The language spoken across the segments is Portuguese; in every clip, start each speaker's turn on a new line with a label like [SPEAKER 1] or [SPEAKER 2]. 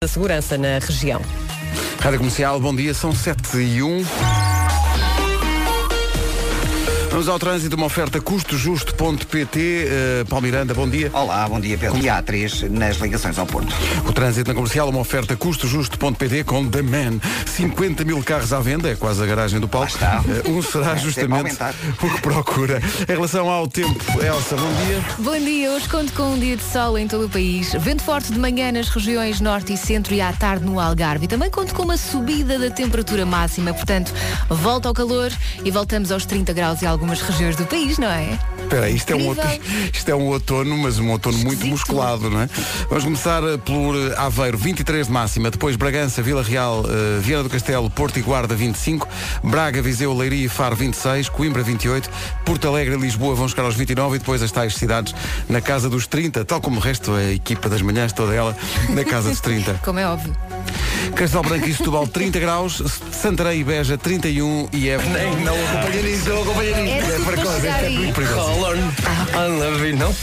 [SPEAKER 1] da segurança na região.
[SPEAKER 2] Rádio Comercial, bom dia, são 7 e 1. Vamos ao trânsito, uma oferta custojusto.pt. Uh, Palmiranda, bom dia.
[SPEAKER 3] Olá, bom dia Pedro. E A3 nas ligações ao Porto.
[SPEAKER 2] O trânsito na comercial, uma oferta custojusto.pt com The Man. 50 mil carros à venda, é quase a garagem do palco.
[SPEAKER 3] Lá está.
[SPEAKER 2] Uh, um será
[SPEAKER 3] É, sempre a
[SPEAKER 2] justamente
[SPEAKER 3] aumentar.
[SPEAKER 2] o que procura. Em relação ao tempo, Elsa, bom dia.
[SPEAKER 4] Bom dia, hoje conto com um dia de sol em todo o país. Vento forte de manhã nas regiões norte e centro e à tarde no Algarve. E também conto com uma subida da temperatura máxima, portanto, volta ao calor e voltamos aos 30 graus em algumas regiões do país, não é?
[SPEAKER 2] Espera aí, isto é, um
[SPEAKER 4] Incrível.
[SPEAKER 2] outono, isto é um outono, mas um outono muito
[SPEAKER 4] Esquisito.
[SPEAKER 2] musculado, não é? Vamos começar eh, por eh, Aveiro, 23 de máxima, depois Bragança, Vila Real, eh, Viana do Castelo, Porto e Guarda, 25, Braga, Viseu, Leiria e Faro, 26, Coimbra, 28, Porto Alegre e Lisboa vão chegar aos 29 e depois as tais cidades na casa dos 30, tal como o resto, a equipa das manhãs, toda ela, na casa dos 30.
[SPEAKER 4] Como é óbvio.
[SPEAKER 2] Castelo Branco e Setúbal, 30 graus, Santarém e Beja, 31 e é...
[SPEAKER 5] Nem, não acompanha nisso, não acompanha
[SPEAKER 4] Era
[SPEAKER 5] nisso.
[SPEAKER 4] tudo para chegar aí.
[SPEAKER 5] Call on,
[SPEAKER 4] Ah,
[SPEAKER 5] on love, não?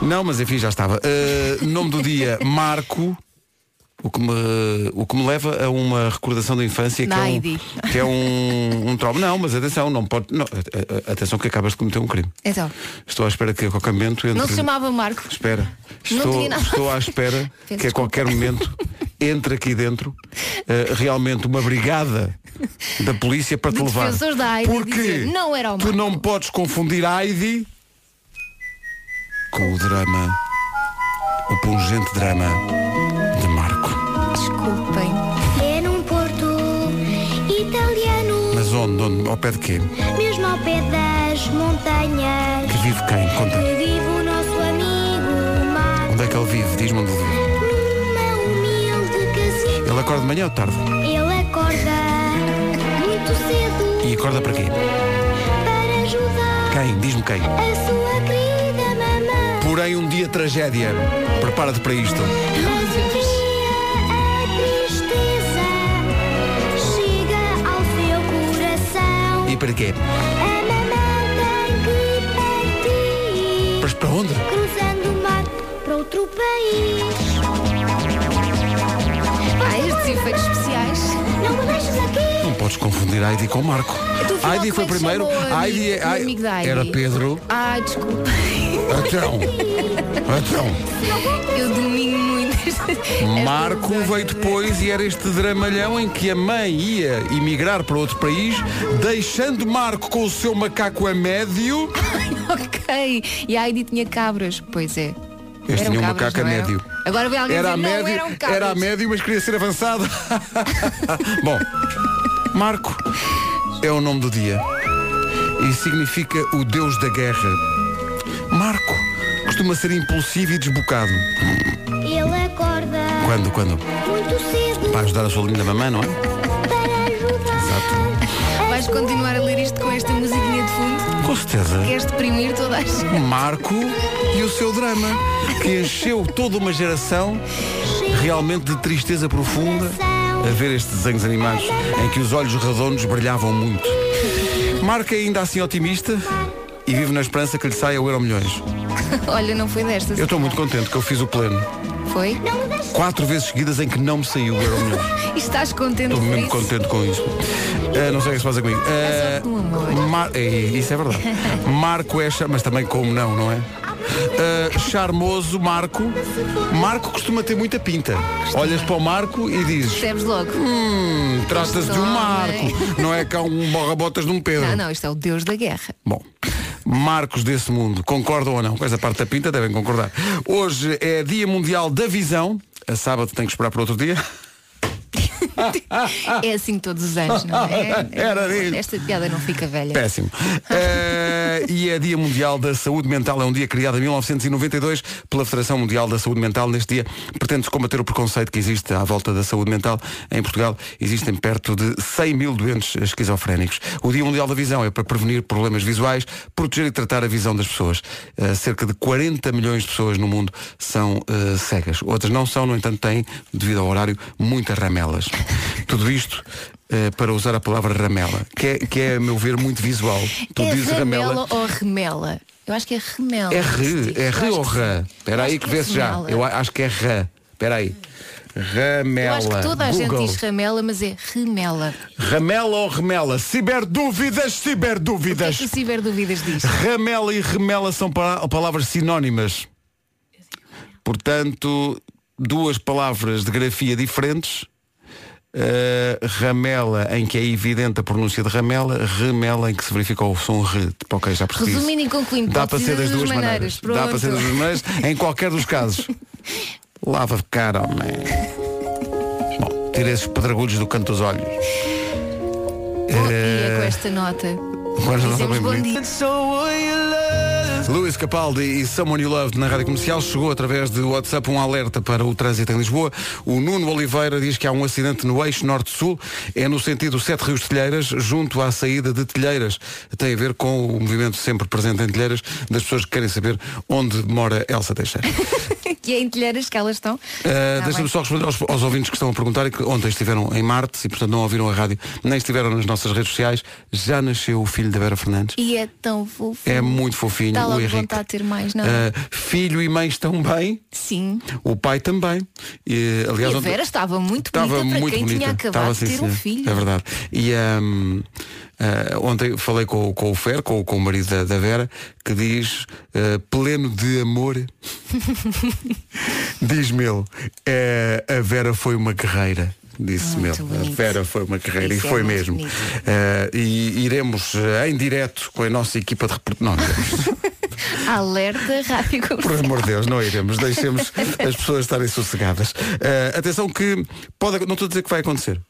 [SPEAKER 2] Não, mas enfim, já estava. Uh, nome do dia, Marco. O que, me, o que me leva a uma recordação da infância que
[SPEAKER 4] Naidi.
[SPEAKER 2] é um, que é um, um trauma. Não, mas atenção, não pode. não, a- a- atenção que acabas de cometer um crime.
[SPEAKER 4] Então,
[SPEAKER 2] Estou à espera que a qualquer momento entre.
[SPEAKER 4] não se chamava Marco.
[SPEAKER 2] Espera.
[SPEAKER 4] Não
[SPEAKER 2] Estou,
[SPEAKER 4] tinha nada.
[SPEAKER 2] estou à espera
[SPEAKER 4] Peço
[SPEAKER 2] que a qualquer momento entre aqui dentro uh, realmente uma brigada da polícia para te
[SPEAKER 4] De
[SPEAKER 2] levar.
[SPEAKER 4] defensores da AIDI
[SPEAKER 2] Porque
[SPEAKER 4] dizer, "Não era o
[SPEAKER 2] tu
[SPEAKER 4] Marco."
[SPEAKER 2] não podes confundir a Heidi com o drama, o pungente drama de Marco.
[SPEAKER 4] Desculpem.
[SPEAKER 6] Era um porto italiano,
[SPEAKER 2] Mas onde, onde, ao pé de quê?
[SPEAKER 6] mesmo ao pé das montanhas,
[SPEAKER 2] Que vive quem? Conta.
[SPEAKER 6] que vive o nosso amigo Marco,
[SPEAKER 2] Onde é que ele vive? Diz-me onde ele vive.
[SPEAKER 6] numa humilde casinha.
[SPEAKER 2] Ele acorda de manhã ou de tarde?
[SPEAKER 6] Ele acorda muito cedo
[SPEAKER 2] E acorda para quê?
[SPEAKER 6] para ajudar
[SPEAKER 2] Quem? Diz-me quem?
[SPEAKER 6] a sua querida mamãe.
[SPEAKER 2] Porém, um dia tragédia. Prepara-te para isto.
[SPEAKER 6] Resumia um a tristeza, chega ao seu coração.
[SPEAKER 2] E para quê?
[SPEAKER 6] A mamãe tem que partir.
[SPEAKER 2] Mas para onde?
[SPEAKER 6] cruzando o mar para outro país.
[SPEAKER 4] Ah, estes efeitos especiais.
[SPEAKER 6] Não me deixes aqui.
[SPEAKER 2] Não podes confundir Heidi com Marco.
[SPEAKER 4] Tu viu
[SPEAKER 2] Heidi
[SPEAKER 4] como
[SPEAKER 2] foi
[SPEAKER 4] é que
[SPEAKER 2] primeiro.
[SPEAKER 4] chamou o
[SPEAKER 2] Heidi
[SPEAKER 4] amigo-
[SPEAKER 2] é-
[SPEAKER 4] o
[SPEAKER 2] Ai-
[SPEAKER 4] amigo da Heidi?
[SPEAKER 2] era Pedro.
[SPEAKER 4] Ai, desculpa.
[SPEAKER 2] Então. Então.
[SPEAKER 4] Eu domino muito. esta- esta é
[SPEAKER 2] Marco
[SPEAKER 4] zona
[SPEAKER 2] veio
[SPEAKER 4] de-
[SPEAKER 2] depois e era este dramalhão em que a mãe ia emigrar para outro país, deixando Marco com o seu macaco a médio.
[SPEAKER 4] Ok. E a Heidi tinha cabras. Pois é.
[SPEAKER 2] Este
[SPEAKER 4] Eram
[SPEAKER 2] tinha um
[SPEAKER 4] cabras,
[SPEAKER 2] macaco a
[SPEAKER 4] não eram?
[SPEAKER 2] médio.
[SPEAKER 4] Agora vem alguém
[SPEAKER 2] Era a
[SPEAKER 4] dizer, não, um
[SPEAKER 2] médio,
[SPEAKER 4] eram cabras.
[SPEAKER 2] era a médio, mas queria ser avançado. Bom, Marco é o nome do dia e significa o Deus da guerra. Marco costuma ser impulsivo e desbocado.
[SPEAKER 6] Ele acorda
[SPEAKER 2] Quando, quando?
[SPEAKER 6] muito cedo
[SPEAKER 2] Para ajudar a sua linda mamãe, não é?
[SPEAKER 6] para ajudar.
[SPEAKER 4] Vais continuar a ler isto com esta musiquinha de fundo?
[SPEAKER 2] Com certeza.
[SPEAKER 4] Queres deprimir toda a gente?
[SPEAKER 2] Marco e o seu drama, que encheu toda uma geração realmente de tristeza profunda a ver estes desenhos animados em que os olhos redondos brilhavam muito. Marco é ainda assim otimista e vive na esperança que lhe saia o Euro Milhões.
[SPEAKER 4] Olha, não foi destas.
[SPEAKER 2] Eu estou muito contente que eu fiz o pleno.
[SPEAKER 4] Foi?
[SPEAKER 2] Quatro vezes seguidas em que não me saiu o Euro Milhões.
[SPEAKER 4] E estás contente
[SPEAKER 2] Estou
[SPEAKER 4] por
[SPEAKER 2] mesmo
[SPEAKER 4] isso?
[SPEAKER 2] contente com isso. Ah, não sei o que se passa comigo. Ah,
[SPEAKER 4] sorte do amor.
[SPEAKER 2] Mar- É, isso é verdade. Marco é cha- mas também como não, não é? Ah, charmoso Marco. Marco costuma ter muita pinta. Olhas para o Marco e dizes,
[SPEAKER 4] Percebes logo?
[SPEAKER 2] hum, trata-se de um
[SPEAKER 4] homem."
[SPEAKER 2] Marco. Não é cá um borra-botas de um Pedro.
[SPEAKER 4] Não, não, isto é o Deus da guerra.
[SPEAKER 2] Bom, Marcos desse mundo, concordam ou não? Com essa parte da pinta devem concordar. Hoje é Dia Mundial da Visão. A sábado tem que esperar para outro dia.
[SPEAKER 4] É assim todos os anos, não é?
[SPEAKER 2] Era disso.
[SPEAKER 4] Esta piada não fica velha.
[SPEAKER 2] Péssimo. Eh, e é Dia Mundial da Saúde Mental. É um dia criado em 1992 pela Federação Mundial da Saúde Mental. Neste dia pretende-se combater o preconceito que existe à volta da saúde mental. Em Portugal existem perto de 100 mil doentes esquizofrénicos. O Dia Mundial da Visão é para prevenir problemas visuais, proteger e tratar a visão das pessoas. Eh, cerca de 40 milhões de pessoas no mundo são eh, cegas. Outras não são, no entanto, têm, devido ao horário, muitas ramelas. Tudo isto eh, para usar a palavra ramela, que é, que é a meu ver, muito visual. Tu
[SPEAKER 4] é
[SPEAKER 2] dizes ramela.
[SPEAKER 4] ramela ou remela? Eu acho que é remela.
[SPEAKER 2] É
[SPEAKER 4] que se
[SPEAKER 2] re,
[SPEAKER 4] diz.
[SPEAKER 2] é
[SPEAKER 4] Eu
[SPEAKER 2] re
[SPEAKER 4] acho
[SPEAKER 2] ou
[SPEAKER 4] que sim.
[SPEAKER 2] rã? Espera aí
[SPEAKER 4] Acho
[SPEAKER 2] que
[SPEAKER 4] que é
[SPEAKER 2] vê-se já.
[SPEAKER 4] remela.
[SPEAKER 2] Eu a- acho que é rã. Espera aí. Ramela.
[SPEAKER 4] Eu acho que toda a
[SPEAKER 2] Google.
[SPEAKER 4] gente diz ramela, mas é remela.
[SPEAKER 2] Ramela ou remela? Ciberdúvidas,
[SPEAKER 4] O que é
[SPEAKER 2] ciberdúvidas.
[SPEAKER 4] que o Ciberdúvidas diz?
[SPEAKER 2] Ramela e remela são pa- palavras sinónimas. Portanto, duas palavras de grafia diferentes. Uh, ramela, em que é evidente a pronúncia de ramela, remela, em que se verifica o som re. Tipo, ok, já percebi. isso.
[SPEAKER 4] Resumindo e concluindo,
[SPEAKER 2] Dá
[SPEAKER 4] pode
[SPEAKER 2] para ser das duas maneiras.
[SPEAKER 4] um
[SPEAKER 2] Dá para ser das duas maneiras, em qualquer dos casos. Lava de cara, homem. Bom, tira esses pedregulhos do canto dos olhos. Eh,
[SPEAKER 4] Bom dia com esta nota.
[SPEAKER 2] Agora já não está
[SPEAKER 4] Dizemos
[SPEAKER 2] bem
[SPEAKER 4] bom
[SPEAKER 2] bonito.
[SPEAKER 4] dia.
[SPEAKER 2] Luís Capaldi e Someone You Loved na Rádio Comercial chegou através de WhatsApp um alerta para o trânsito em Lisboa. O Nuno Oliveira diz que há um acidente no eixo norte-sul, é no sentido Sete Rios Telheiras, junto à saída de Telheiras. Tem a ver com o movimento sempre presente em Telheiras das pessoas que querem saber onde mora Elsa Teixeira.
[SPEAKER 4] Que é em telheiras que elas estão.
[SPEAKER 2] Uh,
[SPEAKER 4] Tá
[SPEAKER 2] Deixa-me
[SPEAKER 4] bem.
[SPEAKER 2] só responder aos, aos ouvintes que estão a perguntar e que ontem estiveram em Marte e portanto não ouviram a rádio, nem estiveram nas nossas redes sociais. Já nasceu o filho da Vera Fernandes.
[SPEAKER 4] E é tão fofo.
[SPEAKER 2] É muito fofinho
[SPEAKER 4] Dá
[SPEAKER 2] o
[SPEAKER 4] logo
[SPEAKER 2] Henrique.
[SPEAKER 4] vontade de ter mais, não? é?
[SPEAKER 2] Uh, filho e mãe estão bem,
[SPEAKER 4] Sim.
[SPEAKER 2] o pai também. E, aliás,
[SPEAKER 4] E a
[SPEAKER 2] ontem-
[SPEAKER 4] Vera estava muito bonita
[SPEAKER 2] estava
[SPEAKER 4] para
[SPEAKER 2] muito
[SPEAKER 4] quem
[SPEAKER 2] bonita.
[SPEAKER 4] tinha acabado
[SPEAKER 2] Estava,
[SPEAKER 4] de
[SPEAKER 2] sim,
[SPEAKER 4] ter um
[SPEAKER 2] senhor.
[SPEAKER 4] filho.
[SPEAKER 2] É verdade. E um, uh, ontem falei com, o- com o Fer, com, o- com o marido da, da Vera, que diz, uh, pleno de amor, diz-me ele, "Eh, a Vera foi uma guerreira. Disse-me ele.
[SPEAKER 4] Ah, Muito bonito.
[SPEAKER 2] A Vera foi uma guerreira
[SPEAKER 4] Isso
[SPEAKER 2] e
[SPEAKER 4] é
[SPEAKER 2] foi
[SPEAKER 4] muito
[SPEAKER 2] mesmo.
[SPEAKER 4] bonito.
[SPEAKER 2] Eh, e iremos eh, em direto com a nossa equipa de reportagem.
[SPEAKER 4] Alerta rádio
[SPEAKER 2] Por
[SPEAKER 4] comercial.
[SPEAKER 2] amor de Deus, não iremos. Deixemos as pessoas estarem sossegadas. Eh, atenção que pode, ac- não estou a dizer que vai acontecer,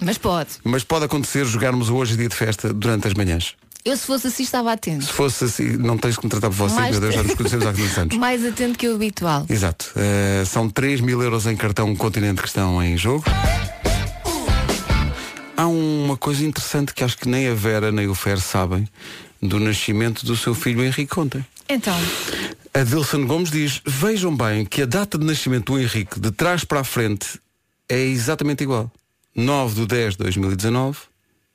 [SPEAKER 4] Mas pode.
[SPEAKER 2] mas pode acontecer jogarmos o hoje dia de festa durante as manhãs.
[SPEAKER 4] Eu se fosse assim estava atento.
[SPEAKER 2] Se fosse assim, não tens que me tratar por você,
[SPEAKER 4] Mais-
[SPEAKER 2] meu Deus, já nos conhecemos há 500 anos.
[SPEAKER 4] Mais atento que o habitual.
[SPEAKER 2] Exato. Eh, são 3 mil euros em cartão um continente que estão em jogo. Há uma coisa interessante que acho que nem a Vera nem o Fer sabem do nascimento do seu filho Henrique ontem.
[SPEAKER 4] Então,
[SPEAKER 2] Adilson Gomes diz, vejam bem que a data de nascimento do Henrique de trás para a frente é exatamente igual. 9 de 10 de 2019,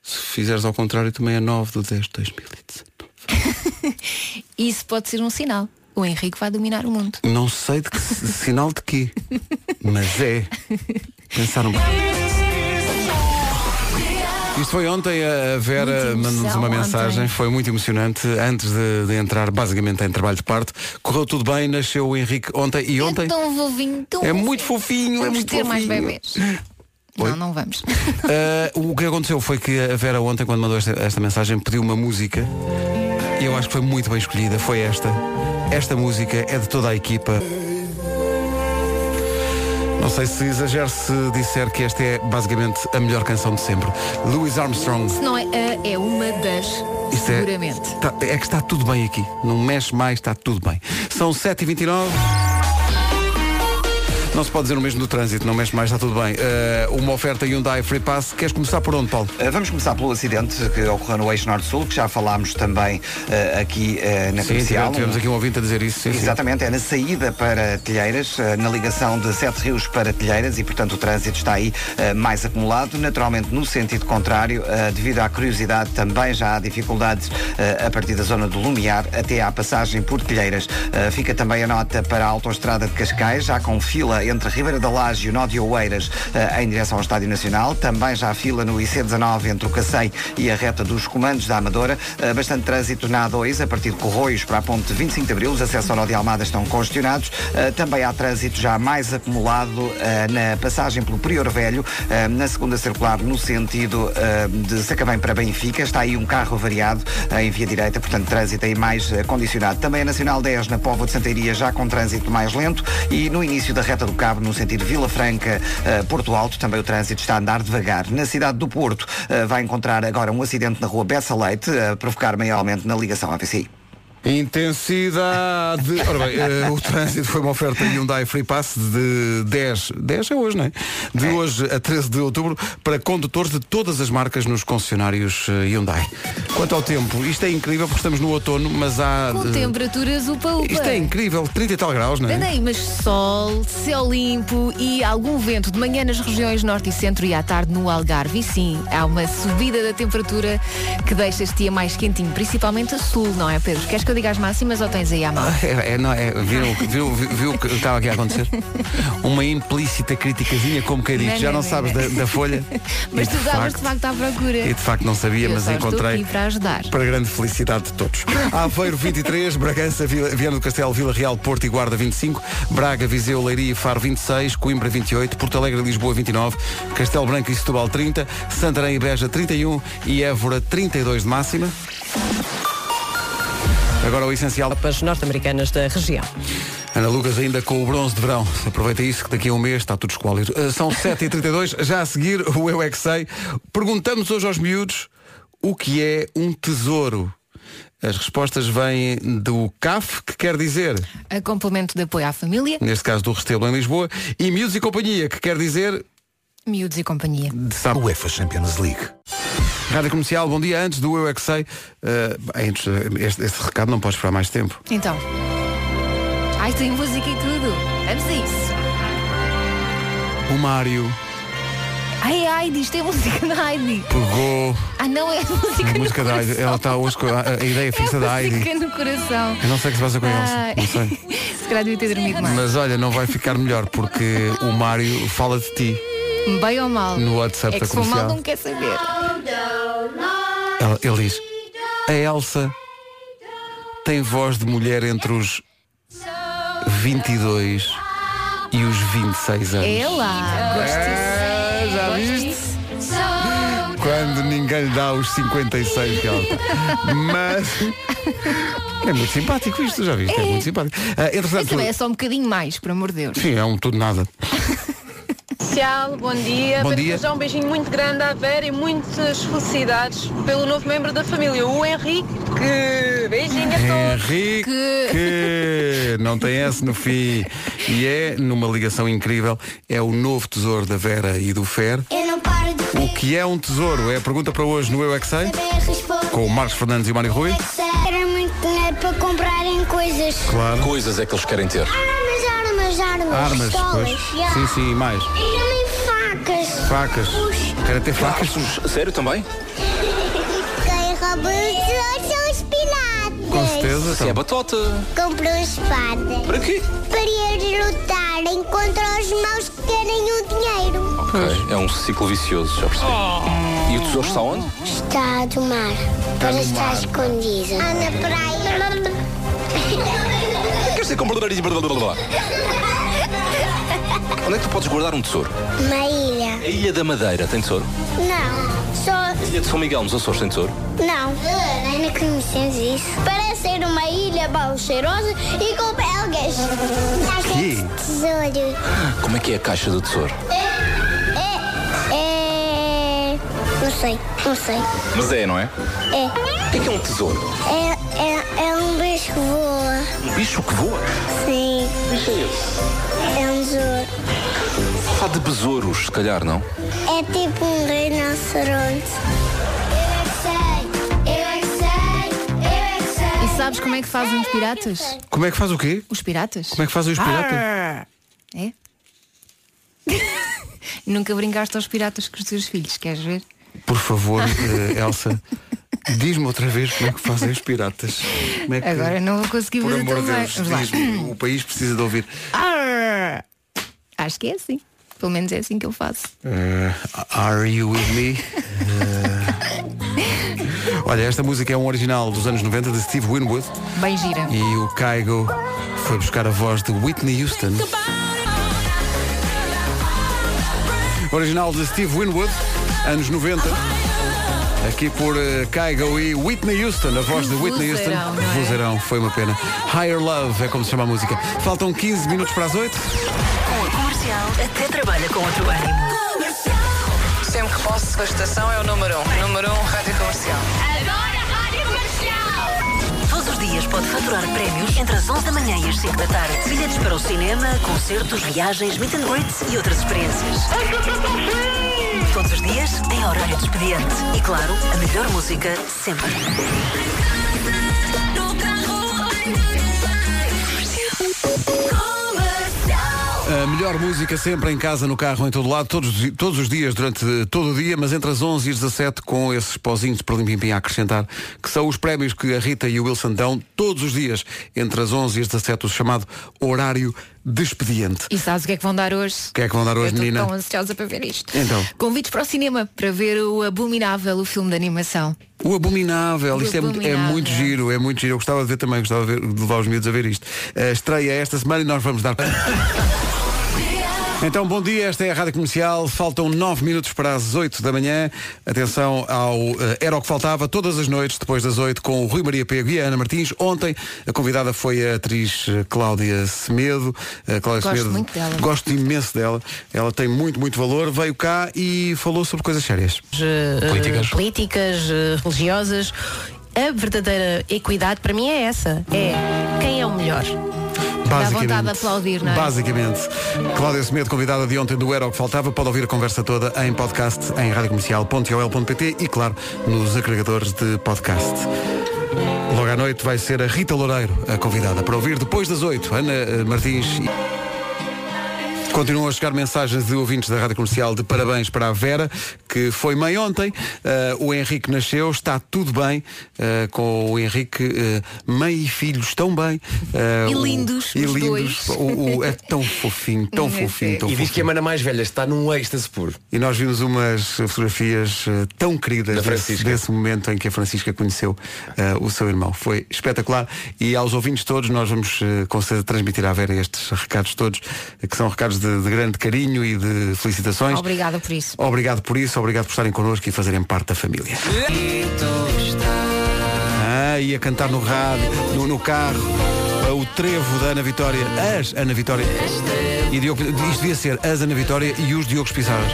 [SPEAKER 2] se fizeres ao contrário também é 9 de 10 de 2019.
[SPEAKER 4] isso pode ser um sinal. O Henrique vai dominar o mundo.
[SPEAKER 2] Não sei de que si- sinal de quê, mas é. Pensaram bem. Isto foi ontem, a Vera
[SPEAKER 4] Muita emoção
[SPEAKER 2] mandou-nos uma
[SPEAKER 4] ontem.
[SPEAKER 2] mensagem, foi muito emocionante, antes de, de entrar basicamente em trabalho de parte. Correu tudo bem, nasceu o Henrique ontem e ontem.
[SPEAKER 4] É tão vovinho, tão
[SPEAKER 2] É
[SPEAKER 4] fofinho.
[SPEAKER 2] muito fofinho, é
[SPEAKER 4] Vamos
[SPEAKER 2] muito
[SPEAKER 4] ter mais
[SPEAKER 2] fofinho.
[SPEAKER 4] bebês. Não, não vamos.
[SPEAKER 2] Ah, o que aconteceu foi que a Vera ontem, quando mandou esta, esta mensagem, pediu uma música e eu acho que foi muito bem escolhida. Foi esta. Esta música é de toda a equipa. Não sei se exagero se disser que esta é basicamente a melhor canção de sempre. Louis Armstrong.
[SPEAKER 4] Se não é a, é uma das,
[SPEAKER 2] Isto é,
[SPEAKER 4] seguramente.
[SPEAKER 2] tá- é que está tudo bem aqui. Não mexe mais, está tudo bem. São 7h29. Não se pode dizer o mesmo do trânsito, não mexe mais, está tudo bem. Eh, uma oferta Hyundai Free Pass. Queres começar por onde, Paulo?
[SPEAKER 3] Uh, Vamos começar pelo acidente que ocorreu no Eixo Norte-Sul, que já falámos também uh, aqui uh, na
[SPEAKER 2] Sim,
[SPEAKER 3] comercial.
[SPEAKER 2] tivemos, tivemos aqui um ouvinte a dizer isso. Sim, sim.
[SPEAKER 3] Exatamente, é na saída para Telheiras, eh, na ligação de Sete Rios para Telheiras e, portanto, o trânsito está aí eh, mais acumulado. Naturalmente, no sentido contrário, eh, devido à curiosidade, também já há dificuldades eh, a partir da zona do Lumiar até à passagem por Telheiras. Eh, Fica também a nota para a autoestrada de Cascais, já com fila entre Ribeira da Laje e o Nó de Oeiras eh, em direção ao Estádio Nacional. Também já há fila no IC19 entre o Cacém e a reta dos comandos da Amadora. Eh, Bastante trânsito na A2, a partir de Corroios para a ponte de 25 de Abril. Os acessos ao Nó de Almada estão congestionados. Eh, também há trânsito já mais acumulado eh, na passagem pelo Prior Velho, eh, na segunda circular, no sentido eh, de Sacavém para Benfica. Está aí um carro variado eh, em via direita, portanto, trânsito aí mais eh, condicionado. Também a Nacional 10 na Póvoa de Santeiria, já com trânsito mais lento. E no início da reta do Cabo, no sentido Vila Franca, eh, Porto Alto, também o trânsito está a andar devagar. Na cidade do Porto, eh, vai encontrar agora um acidente na rua Bessa Leite, a provocar maiormente na ligação AVCI.
[SPEAKER 2] Intensidade. Ora bem, eh, o trânsito foi uma oferta Hyundai Free Pass de 10. 10 é hoje, não é? De hoje a 13 de outubro para condutores de todas as marcas nos concessionários eh, Hyundai. Quanto ao tempo, isto é incrível porque estamos no outono, mas há.
[SPEAKER 4] Com
[SPEAKER 2] eh,
[SPEAKER 4] temperaturas upa-upa.
[SPEAKER 2] Isto é incrível, 30 e tal graus, não é?
[SPEAKER 4] Anda aí, mas sol, céu limpo e algum vento de manhã nas regiões norte e centro e à tarde no Algarve. E sim, há uma subida da temperatura que deixa este dia mais quentinho, principalmente a sul, não é, Pedro? Queres que eu diga as máximas ou tens aí à mão?
[SPEAKER 2] É, é, não, é, viu, viu, viu, viu o que estava aqui a acontecer? Uma implícita criticazinha, como quem diz,
[SPEAKER 4] Não,
[SPEAKER 2] já
[SPEAKER 4] não,
[SPEAKER 2] não
[SPEAKER 4] não,
[SPEAKER 2] sabes
[SPEAKER 4] não.
[SPEAKER 2] da, da folha.
[SPEAKER 4] Mas
[SPEAKER 2] Ah, E
[SPEAKER 4] tu
[SPEAKER 2] de
[SPEAKER 4] davas de
[SPEAKER 2] facto-
[SPEAKER 4] facto à procura.
[SPEAKER 2] E de facto não sabia,
[SPEAKER 4] Eu
[SPEAKER 2] mas
[SPEAKER 4] só estou
[SPEAKER 2] encontrei
[SPEAKER 4] aqui para ajudar.
[SPEAKER 2] para grande felicidade de todos. Aveiro 23, Bragança, Vila- Viana do Castelo, Vila Real, Porto e Guarda 25, Braga, Viseu, Leiria e Faro 26, Coimbra 28, Porto Alegre e Lisboa 29, Castelo Branco e Setúbal 30, Santarém e Beja 31 e Évora 32 de máxima. Agora o essencial.
[SPEAKER 1] As norte-americanas da região.
[SPEAKER 2] Ana Lucas ainda com o bronze de verão. Aproveita isso que daqui a um mês está tudo esquálido. Uh, são 7h32, já a seguir o Eu É Que Sei. Perguntamos hoje aos miúdos o que é um tesouro. As respostas vêm do CAF, que quer dizer,
[SPEAKER 4] A complemento de apoio à família,
[SPEAKER 2] neste caso do Restelo em Lisboa, e Miúdos e Companhia, que quer dizer
[SPEAKER 4] miúdos e companhia.
[SPEAKER 2] de sabe. UEFA Champions League. Rádio Comercial, bom dia. Antes do Eu É Que Sei, uh, antes, uh, este, este recado não pode esperar mais tempo.
[SPEAKER 4] Então. Ai, tem música e tudo. Vamos a isso.
[SPEAKER 2] O Mário
[SPEAKER 4] Ai, ai, diz, tem música na Heidi.
[SPEAKER 2] pegou
[SPEAKER 4] Ah, não, é música,
[SPEAKER 2] a
[SPEAKER 4] no
[SPEAKER 2] música da
[SPEAKER 4] coração.
[SPEAKER 2] Heidi. Ela está hoje com a, a ideia fixa
[SPEAKER 4] é
[SPEAKER 2] da Heidi.
[SPEAKER 4] música no coração.
[SPEAKER 2] Eu não sei o que se passa com a Elsa,
[SPEAKER 4] Ai.
[SPEAKER 2] não sei.
[SPEAKER 4] Se calhar devia ter dormido mais.
[SPEAKER 2] Mas olha, não vai ficar melhor porque o Mário fala de ti
[SPEAKER 4] Bem ou mal?
[SPEAKER 2] no WhatsApp
[SPEAKER 4] É que
[SPEAKER 2] da
[SPEAKER 4] se for mal
[SPEAKER 2] comercial.
[SPEAKER 4] não quer saber.
[SPEAKER 2] Ela- Ele diz, a Elsa tem voz de mulher entre os 22 e os 26 anos.
[SPEAKER 4] É lá. Gosto
[SPEAKER 2] É,
[SPEAKER 4] disso.
[SPEAKER 2] já
[SPEAKER 4] Gosto
[SPEAKER 2] viste?
[SPEAKER 4] disso.
[SPEAKER 2] Ah, Quando ninguém lhe dá os 56 que ela tem. Mas é muito simpático isto, já viste? É, muito simpático. Ah,
[SPEAKER 4] Mas
[SPEAKER 2] entretanto,
[SPEAKER 4] também é só um bocadinho mais, por amor de Deus.
[SPEAKER 2] sim, é um tudo nada.
[SPEAKER 7] Comercial, bom dia.
[SPEAKER 2] Bom
[SPEAKER 7] Vera
[SPEAKER 2] dia.
[SPEAKER 7] Feijão, um beijinho muito grande à Vera e muitas felicidades pelo novo membro da família, o Henrique. Beijinho a todos.
[SPEAKER 2] Henrique, É que não tem S no fim. E é, numa ligação incrível, é o novo tesouro da Vera e do Fer.
[SPEAKER 6] Eu não paro de
[SPEAKER 2] O que é um tesouro? É a pergunta para hoje no Eu É Que Sei,
[SPEAKER 6] saber responder.
[SPEAKER 2] com o Marcos Fernandes e o Mário Rui.
[SPEAKER 6] Era muito dinheiro para comprarem coisas.
[SPEAKER 2] Claro.
[SPEAKER 8] Coisas é que eles querem ter.
[SPEAKER 6] Armas, armas, armas.
[SPEAKER 2] Armas,
[SPEAKER 6] pistolas.
[SPEAKER 2] pois.
[SPEAKER 6] já.
[SPEAKER 2] Sim, sim, e mais.
[SPEAKER 6] E também facas.
[SPEAKER 2] Facas. Quero ter facas.
[SPEAKER 8] Carros, sério também?
[SPEAKER 6] Quem rouba os tesouros são os piratas.
[SPEAKER 2] Com certeza.
[SPEAKER 8] Se é
[SPEAKER 2] então.
[SPEAKER 8] batota.
[SPEAKER 6] Comprou espadas
[SPEAKER 8] Para quê?
[SPEAKER 6] para eles lutarem contra os maus que querem o dinheiro.
[SPEAKER 8] Ok, é um ciclo vicioso, já percebi. E o tesouro está onde?
[SPEAKER 6] Está do mar para estar escondida. Ah, na praia.
[SPEAKER 8] Quer dizer com blá, blá, blá, blá, blá. Onde é que tu podes guardar um tesouro?
[SPEAKER 6] Uma ilha.
[SPEAKER 8] A Ilha da Madeira tem tesouro.
[SPEAKER 6] Não, só
[SPEAKER 8] A Ilha de São Miguel nos Açores tem tesouro.
[SPEAKER 6] Não. Ainda Ah, conhecemos isso. Parece ser uma ilha mal cheirosa e com belgas.
[SPEAKER 2] Que?
[SPEAKER 6] Tesouro.
[SPEAKER 8] Como é que é a caixa do tesouro?
[SPEAKER 6] É. É. Não sei, não sei.
[SPEAKER 8] Mas é, não é?
[SPEAKER 6] É.
[SPEAKER 8] O que é que é um tesouro?
[SPEAKER 6] É, é, é um bicho que voa.
[SPEAKER 8] Um bicho que voa?
[SPEAKER 6] Sim.
[SPEAKER 8] Que bicho é esse?
[SPEAKER 6] É um tesouro.
[SPEAKER 8] Fá de besouros, se calhar, não?
[SPEAKER 6] É tipo um rinoceronte. Eu é que sei, eu é que sei, eu é que sei.
[SPEAKER 4] E sabes como é que fazem os piratas?
[SPEAKER 2] Como é que faz o quê?
[SPEAKER 4] Os piratas?
[SPEAKER 2] Como é que fazem os piratas?
[SPEAKER 4] É? Nunca brincaste aos piratas com os teus filhos, queres ver?
[SPEAKER 2] Por favor, eh, Elsa, diz-me outra vez como é que fazem os piratas. Como é que-
[SPEAKER 4] Agora não vou conseguir
[SPEAKER 2] Por
[SPEAKER 4] fazer
[SPEAKER 2] amor
[SPEAKER 4] tão
[SPEAKER 2] de
[SPEAKER 4] bem.
[SPEAKER 2] Deus,
[SPEAKER 4] Vamos lá.
[SPEAKER 2] diz-me, o país precisa de ouvir.
[SPEAKER 4] Arr! Acho que é assim. Pelo menos é assim que eu faço.
[SPEAKER 2] Uh, are you with me? Eh, Olha, esta música é um original dos anos 90 de Steve Winwood
[SPEAKER 4] Bem gira.
[SPEAKER 2] e o Caigo foi buscar a voz de Whitney Houston. Original de Steve Winwood, anos 90. Aqui por eh, Caigo e Whitney Houston, a voz de Whitney Houston.
[SPEAKER 4] Vozeirão, não é?
[SPEAKER 2] Vozeirão, foi uma pena. Higher Love é como se chama a música. Faltam 15 minutos para as 8.
[SPEAKER 9] Com a comercial, até trabalha com outro ânimo.
[SPEAKER 1] Sempre que posso, a estação é o número 1. Um. Número 1, um, rádio comercial.
[SPEAKER 6] Adoro rádio comercial.
[SPEAKER 9] Todos os dias pode faturar prémios entre as 11 da manhã e as 5 da tarde. Bilhetes para o cinema, concertos, viagens, meet and greets e outras experiências. Todos os dias tem horário de expediente. E claro, a melhor música sempre.
[SPEAKER 2] A melhor música sempre em casa, no carro, em todo lado, todos, os di- todos os dias, durante eh, todo o dia, mas entre as 11 e as 17, com esses pozinhos para limpim a acrescentar, que são os prémios que a Rita e o Wilson dão todos os dias, entre as 11 e as 17, o chamado horário de expediente.
[SPEAKER 4] E sabes o que é que vão dar hoje?
[SPEAKER 2] O que é que vão dar hoje,
[SPEAKER 4] Eu tô
[SPEAKER 2] menina?
[SPEAKER 4] tão ansiosa para ver isto.
[SPEAKER 2] Então.
[SPEAKER 4] Convites para o cinema para ver o Abominável, o filme de animação.
[SPEAKER 2] O abominável,
[SPEAKER 4] O
[SPEAKER 2] isto é muito- É,
[SPEAKER 4] Abominável.
[SPEAKER 2] muito giro, é muito giro. Eu gostava de ver também, gostava de, ver- de levar os miúdos a ver isto. A estreia é esta semana e nós vamos dar. Então, bom dia, esta é a Rádio Comercial. Faltam 9 minutos para as 8 da manhã. Atenção ao eh, Era o que Faltava, todas as noites, depois das 8, com o Rui Maria Pego e a Ana Martins. Ontem, a convidada foi a atriz eh, Cláudia Semedo. Eh, Cláudia
[SPEAKER 4] Gosto muito dela.
[SPEAKER 2] Gosto imenso dela. Ela tem muito, muito valor. Veio cá e falou sobre coisas sérias.
[SPEAKER 8] Políticas.
[SPEAKER 10] eh, políticas, eh, religiosas. A verdadeira equidade para mim é essa. É quem é o melhor.
[SPEAKER 4] Dá
[SPEAKER 2] Basicamente.
[SPEAKER 4] vontade de aplaudir, não é?
[SPEAKER 2] Basicamente. Cláudia Semedo, convidada de ontem do Era o que Faltava, pode ouvir a conversa toda em podcast em radiocomercial.ol.pt e, claro, nos agregadores de podcast. Logo à noite vai ser a Rita Loureiro a convidada para ouvir depois das 8. Ana eh, Martins. e- Continuam a chegar mensagens de ouvintes da Rádio Comercial de parabéns para a Vera, que foi mãe ontem. Eh, o Henrique nasceu, está tudo bem eh, com o Henrique. eh, mãe e filhos tão bem. Eh,
[SPEAKER 4] E
[SPEAKER 2] o-
[SPEAKER 4] lindos,
[SPEAKER 2] E
[SPEAKER 4] os
[SPEAKER 2] lindos.
[SPEAKER 4] dois.
[SPEAKER 2] O- o- é tão fofinho, tão
[SPEAKER 4] É
[SPEAKER 2] fofinho, tão
[SPEAKER 5] E diz
[SPEAKER 2] fofinho.
[SPEAKER 5] que a mana mais velha está num êxtase puro.
[SPEAKER 2] E nós vimos umas fotografias eh, tão queridas
[SPEAKER 5] Da
[SPEAKER 2] desse,
[SPEAKER 5] Francisca.
[SPEAKER 2] desse momento em que a Francisca conheceu eh, o seu irmão. Foi espetacular. E aos ouvintes todos, nós vamos eh, com certeza transmitir à Vera estes recados todos, eh, que são recados de, de grande carinho e de felicitações.
[SPEAKER 4] Obrigada por isso.
[SPEAKER 2] Obrigado por isso, obrigado por estarem connosco e fazerem parte da família. Ah, e a cantar no rádio, no, no carro, ah, o trevo da Ana Vitória, as Ana Vitória. E Diogo, isto devia ser as Ana Vitória e os Diogos Pissarras.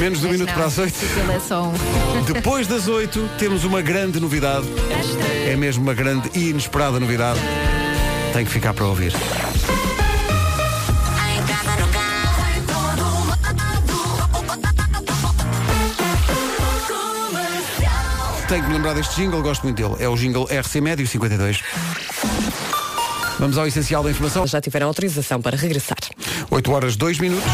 [SPEAKER 2] Menos de um
[SPEAKER 4] Mas
[SPEAKER 2] minuto
[SPEAKER 4] não,
[SPEAKER 2] para as oito.
[SPEAKER 4] Ele é só um.
[SPEAKER 2] Depois das oito temos uma grande novidade. É mesmo uma grande e inesperada novidade. Tem que ficar para ouvir. Tenho que me lembrar deste jingle, gosto muito dele. É o jingle RC Médio 52. Vamos ao essencial da informação.
[SPEAKER 11] Já tiveram autorização para regressar.
[SPEAKER 2] 8 horas 2 minutos.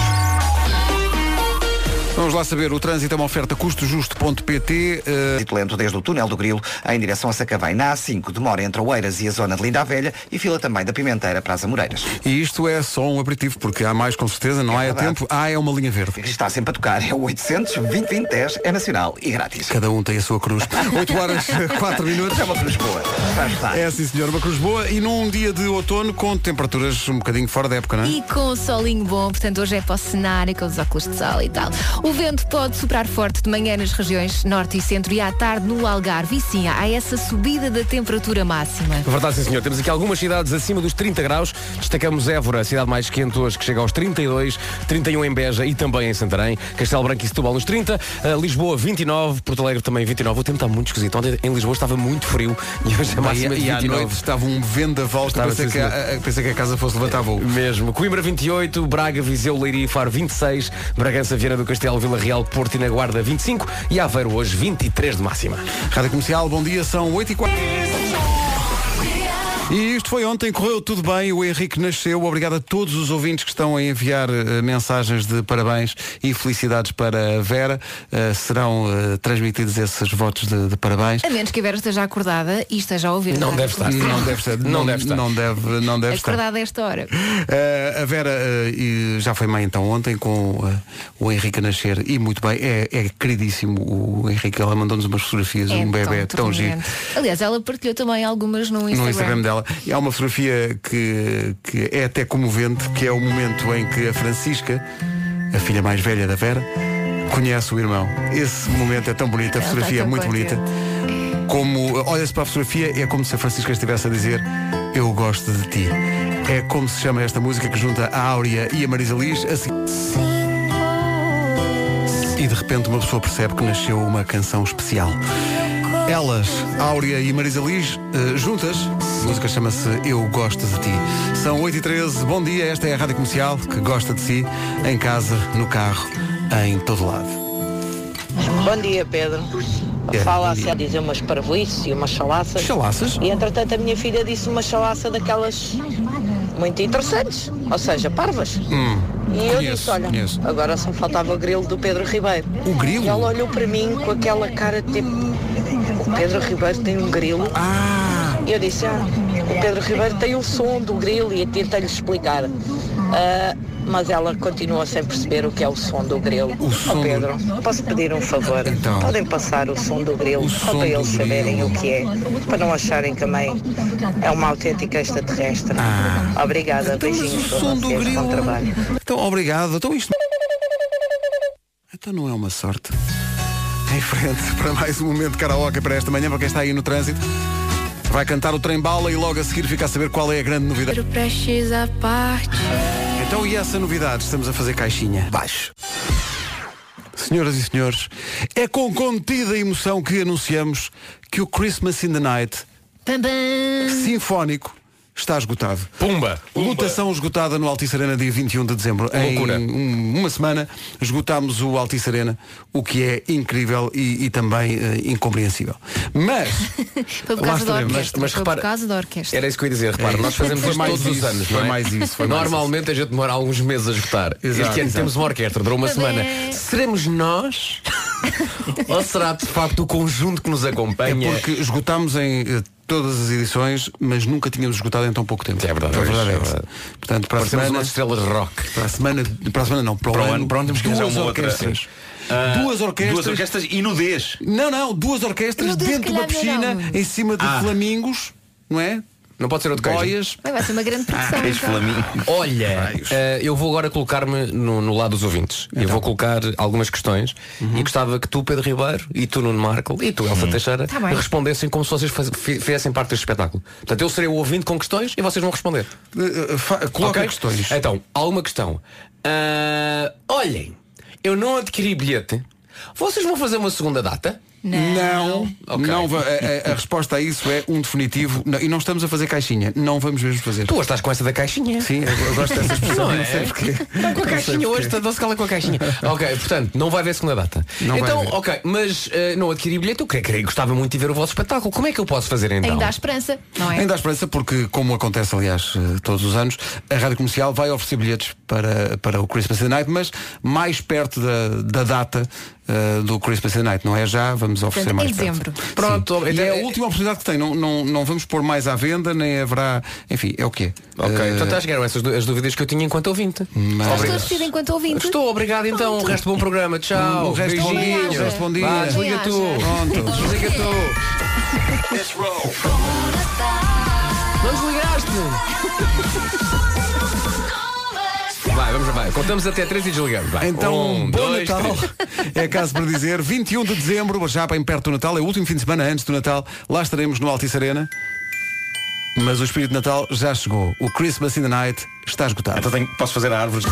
[SPEAKER 2] Vamos lá saber, o trânsito é uma oferta custojusto.pt.
[SPEAKER 3] Trânsito lento desde o túnel do Grilo em direção a Sacavém. Na A5, demora entre Oeiras e a zona de Linda a Velha e fila também da Pimenteira para as Amoreiras.
[SPEAKER 2] E isto é só um aperitivo, porque há mais com certeza, não há é tempo, há é uma linha verde.
[SPEAKER 3] Está sempre a tocar, é o 800 2010 é nacional e grátis.
[SPEAKER 2] Cada um tem a sua cruz. 8 horas 4 minutos.
[SPEAKER 3] É uma cruz boa. Vai ajudar.
[SPEAKER 2] É sim senhor, uma cruz boa e num dia de outono com temperaturas um bocadinho fora da época, não é?
[SPEAKER 4] E com o solinho bom, portanto hoje é para o cenário, com os óculos de sol e tal. O vento pode soprar forte de manhã nas regiões norte e centro e à tarde no Algarve. E sim, há essa subida da temperatura máxima.
[SPEAKER 5] É Verdade, sim, senhor. Temos aqui algumas cidades acima dos 30 graus. Destacamos Évora, a cidade mais quente hoje, que chega aos 32, 31 em Beja e também em Santarém. Castelo Branco e Setúbal nos 30. eh, Lisboa, 29. Porto Alegre também 29. O tempo está muito esquisito. Ontem em Lisboa estava muito frio e hoje é a máxima
[SPEAKER 2] e,
[SPEAKER 5] de
[SPEAKER 2] e à
[SPEAKER 5] 29.
[SPEAKER 2] noite estava um vendaval que
[SPEAKER 5] Estava,
[SPEAKER 2] pensei
[SPEAKER 5] sim,
[SPEAKER 2] que, a, a- pensei que a casa fosse levantar voo.
[SPEAKER 5] Mesmo. Coimbra 28, Braga, Viseu, Leiria e Faro 26, Bragança, Viana do Castelo, Vila Real, Porto e na Guarda 25 e Aveiro hoje 23 de máxima.
[SPEAKER 2] Rádio Comercial, bom dia, são 8 e 4. E isto foi ontem, correu tudo bem, o Henrique nasceu. Obrigado a todos os ouvintes que estão a enviar eh, mensagens de parabéns e felicidades para a Vera. Eh, serão eh, transmitidos esses votos de, de parabéns.
[SPEAKER 4] A menos que a Vera esteja acordada e esteja a ouvir.
[SPEAKER 5] Não
[SPEAKER 4] a
[SPEAKER 5] deve estar.
[SPEAKER 2] Ah, Não deve estar.
[SPEAKER 5] Não deve estar.
[SPEAKER 2] Não deve, não
[SPEAKER 4] É
[SPEAKER 2] deve estar.
[SPEAKER 4] Acordada a esta hora.
[SPEAKER 2] Eh, a Vera eh, e já foi mãe então ontem com eh, o Henrique a nascer e muito bem, é, é queridíssimo o Henrique, ela mandou-nos umas fotografias, um bebê tão, giro.
[SPEAKER 4] torturante. É Aliás, ela partilhou também algumas no Instagram.
[SPEAKER 2] No Instagram dela. E há uma fotografia que, que é até comovente, que é o momento em que a Francisca, a filha mais velha da Vera, conhece o irmão. Esse momento é tão bonito, a
[SPEAKER 4] Ela
[SPEAKER 2] fotografia
[SPEAKER 4] está
[SPEAKER 2] é
[SPEAKER 4] tão
[SPEAKER 2] muito
[SPEAKER 4] contente.
[SPEAKER 2] bonita. Como olha-se para a fotografia, é como se a Francisca estivesse a dizer Eu gosto de ti. É como se chama esta música que junta a Áurea e a Marisa Liz. A seguir- E de repente uma pessoa percebe que nasceu uma canção especial. Elas, Áurea e Marisa Liz, eh, juntas, a música chama-se Eu Gosto de Ti. São 8 e 13 bom dia, esta é a Rádio Comercial que gosta de si, em casa, no carro, em todo lado.
[SPEAKER 12] Bom dia, Pedro.
[SPEAKER 2] É,
[SPEAKER 12] Fala
[SPEAKER 2] bom
[SPEAKER 12] assim
[SPEAKER 2] dia.
[SPEAKER 12] a dizer umas parvoices e umas chalaças.
[SPEAKER 2] Chalaças?
[SPEAKER 12] E entretanto a minha filha disse uma chalaça daquelas muito interessantes, ou seja, parvas.
[SPEAKER 5] Hum.
[SPEAKER 12] E eu disse, olha, agora só faltava o grilo do Pedro Ribeiro.
[SPEAKER 2] O grilo?
[SPEAKER 12] E ela olhou para mim com aquela cara tipo, o Pedro Ribeiro tem um grilo?
[SPEAKER 2] Ah!
[SPEAKER 12] E eu disse, ah, o Pedro Ribeiro tem o som do grilo e eu tentei-lhe explicar. Ah, mas ela continua sem perceber o que é o som do grilo. O
[SPEAKER 2] som Então.
[SPEAKER 12] Pedro, posso pedir um favor? Podem passar o som do grilo, só para eles saberem o que é, para não acharem que a mãe é uma autêntica extraterrestre.
[SPEAKER 2] Ah.
[SPEAKER 12] Obrigada, beijinhos para vocês, bom trabalho.
[SPEAKER 2] Então, obrigado. Então isto. Então não é uma sorte. Em frente para mais um momento de karaoke para esta manhã, para quem está aí no trânsito. Vai cantar o trem bala e logo a seguir fica a saber qual é a grande novidade.
[SPEAKER 13] Prestes à parte.
[SPEAKER 2] Então e essa novidade? Estamos a fazer caixinha. Baixo. Senhoras e senhores, é com contida emoção que anunciamos que o Christmas in the Night Sinfónico está esgotado.
[SPEAKER 5] Pumba!
[SPEAKER 2] Lotação esgotada no Altice Arena dia 21 de dezembro. Em
[SPEAKER 5] Loucura.
[SPEAKER 2] um- uma semana esgotámos o Altice Arena, o que é incrível e, e também eh, incompreensível. Mas,
[SPEAKER 4] Foi por
[SPEAKER 2] Lá
[SPEAKER 4] causa da
[SPEAKER 2] estaremos, mas-
[SPEAKER 4] orquestra.
[SPEAKER 2] mas
[SPEAKER 4] foi
[SPEAKER 2] repara-
[SPEAKER 4] por causa da orquestra.
[SPEAKER 5] Era isso que eu ia dizer,
[SPEAKER 2] É
[SPEAKER 5] repara,
[SPEAKER 2] isso.
[SPEAKER 5] nós fazemos
[SPEAKER 2] Foi
[SPEAKER 5] isto
[SPEAKER 2] mais
[SPEAKER 5] todos
[SPEAKER 2] isso,
[SPEAKER 5] os anos,
[SPEAKER 2] foi
[SPEAKER 5] não é?
[SPEAKER 2] mais isso, foi mais
[SPEAKER 5] Normalmente a gente demora alguns meses a esgotar.
[SPEAKER 2] Exato,
[SPEAKER 5] este ano
[SPEAKER 2] exato.
[SPEAKER 5] temos uma orquestra, durou uma semana. Seremos nós? Ou será de facto o conjunto que nos acompanha?
[SPEAKER 2] é porque esgotámos em eh, todas as edições, mas nunca tínhamos esgotado em tão pouco tempo. É
[SPEAKER 5] verdade,
[SPEAKER 2] é
[SPEAKER 5] é
[SPEAKER 2] essa.
[SPEAKER 5] verdade.
[SPEAKER 2] Portanto, para a
[SPEAKER 5] Parecemos
[SPEAKER 2] semana,
[SPEAKER 5] umas estrelas rock.
[SPEAKER 2] Para a semana, para a semana não, para o,
[SPEAKER 5] Para o
[SPEAKER 2] ano,
[SPEAKER 5] ano, para o ano temos que
[SPEAKER 2] duas
[SPEAKER 5] arranjar uma outra.
[SPEAKER 2] orquestras.
[SPEAKER 5] Ah,
[SPEAKER 2] duas orquestras.
[SPEAKER 8] duas orquestras e nudez.
[SPEAKER 2] Não, não, duas orquestras
[SPEAKER 4] Nudez,
[SPEAKER 2] dentro de uma
[SPEAKER 4] calhar,
[SPEAKER 2] piscina,
[SPEAKER 4] não.
[SPEAKER 2] em cima de
[SPEAKER 5] Ah.
[SPEAKER 2] flamingos, não é?
[SPEAKER 5] Não pode ser outro queijo.
[SPEAKER 2] Boias. Ah,
[SPEAKER 4] Bem, Vai ser uma grande produção. então.
[SPEAKER 5] Olha, eh, eu vou agora colocar-me no, no lado dos ouvintes. Eu
[SPEAKER 2] Então.
[SPEAKER 5] vou colocar algumas questões e gostava que tu, Pedro Ribeiro, e tu, Nuno Marco, e tu, Elsa
[SPEAKER 2] Hum.
[SPEAKER 5] Teixeira,
[SPEAKER 4] Tá bem.
[SPEAKER 5] respondessem como se vocês faz- fi- fizessem parte deste espetáculo. Portanto, eu serei o ouvinte com questões e vocês vão responder.
[SPEAKER 2] Eh, eh, fa- Coloca
[SPEAKER 5] Ok?
[SPEAKER 2] questões.
[SPEAKER 5] Então, há uma questão. Ah, olhem, eu não adquiri bilhete. Vocês vão fazer uma segunda data?
[SPEAKER 2] Não, não,
[SPEAKER 5] Ok.
[SPEAKER 2] va- a, a- a resposta a isso é um definitivo. Não, e não estamos a fazer caixinha. Não vamos mesmo fazer.
[SPEAKER 5] Tu hoje estás com essa da caixinha?
[SPEAKER 2] Sim, eu, eu gosto dessa expressão.
[SPEAKER 5] Não
[SPEAKER 2] Não,
[SPEAKER 5] é?
[SPEAKER 2] sei porquê.
[SPEAKER 5] Está com a
[SPEAKER 2] Não sei
[SPEAKER 5] caixinha
[SPEAKER 2] porquê.
[SPEAKER 5] hoje, está doce cala com a caixinha. ok, portanto, não vai haver segunda data.
[SPEAKER 2] Não vai
[SPEAKER 5] então,
[SPEAKER 2] haver.
[SPEAKER 5] ok, mas eh, não adquiri bilhete, eu queria, queria, gostava muito de ver o vosso espetáculo. Como é que eu posso fazer então?
[SPEAKER 4] Ainda há esperança, não é?
[SPEAKER 2] Ainda há esperança porque, como acontece aliás eh, todos os anos, a Rádio Comercial vai oferecer bilhetes para, para o Christmas in the Night, mas mais perto da, da data eh, do Christmas in the Night, não é já? Vamos oferecer
[SPEAKER 4] Portanto,
[SPEAKER 2] mais
[SPEAKER 4] em
[SPEAKER 2] perto.
[SPEAKER 4] dezembro.
[SPEAKER 5] Pronto,
[SPEAKER 2] Sim. E
[SPEAKER 5] então
[SPEAKER 2] é a
[SPEAKER 5] é-
[SPEAKER 2] última oportunidade que tem, não, não, não vamos pôr mais à venda, nem haverá. Enfim, é o quê?
[SPEAKER 5] Ok, então
[SPEAKER 2] Eh,
[SPEAKER 5] portanto, acho que eram essas du- as dúvidas que eu tinha enquanto ouvinte.
[SPEAKER 4] Estás
[SPEAKER 5] Obrigado.
[SPEAKER 4] esclarecido enquanto ouvinte.
[SPEAKER 5] Estou, obrigado então. O resto bom programa. Tchau.
[SPEAKER 2] O Um resto bom
[SPEAKER 5] Beijinhos.
[SPEAKER 2] dia, o resto bom dia.
[SPEAKER 5] Vá, desliga
[SPEAKER 4] Bem,
[SPEAKER 5] tu.
[SPEAKER 2] Pronto.
[SPEAKER 5] Desliga tu. Não desligaste. Vai, vamos lá, vai. Contamos até três e desligamos. Vai.
[SPEAKER 2] Então,
[SPEAKER 5] um,
[SPEAKER 2] bom
[SPEAKER 5] dois,
[SPEAKER 2] Natal.
[SPEAKER 5] três.
[SPEAKER 2] É caso para dizer, 21 de dezembro, já bem perto do Natal, é o último fim de semana antes do Natal. Lá estaremos no Altice Arena. Mas o espírito de Natal já chegou. O Christmas in the Night está esgotado.
[SPEAKER 8] Então tenho- posso fazer a árvore.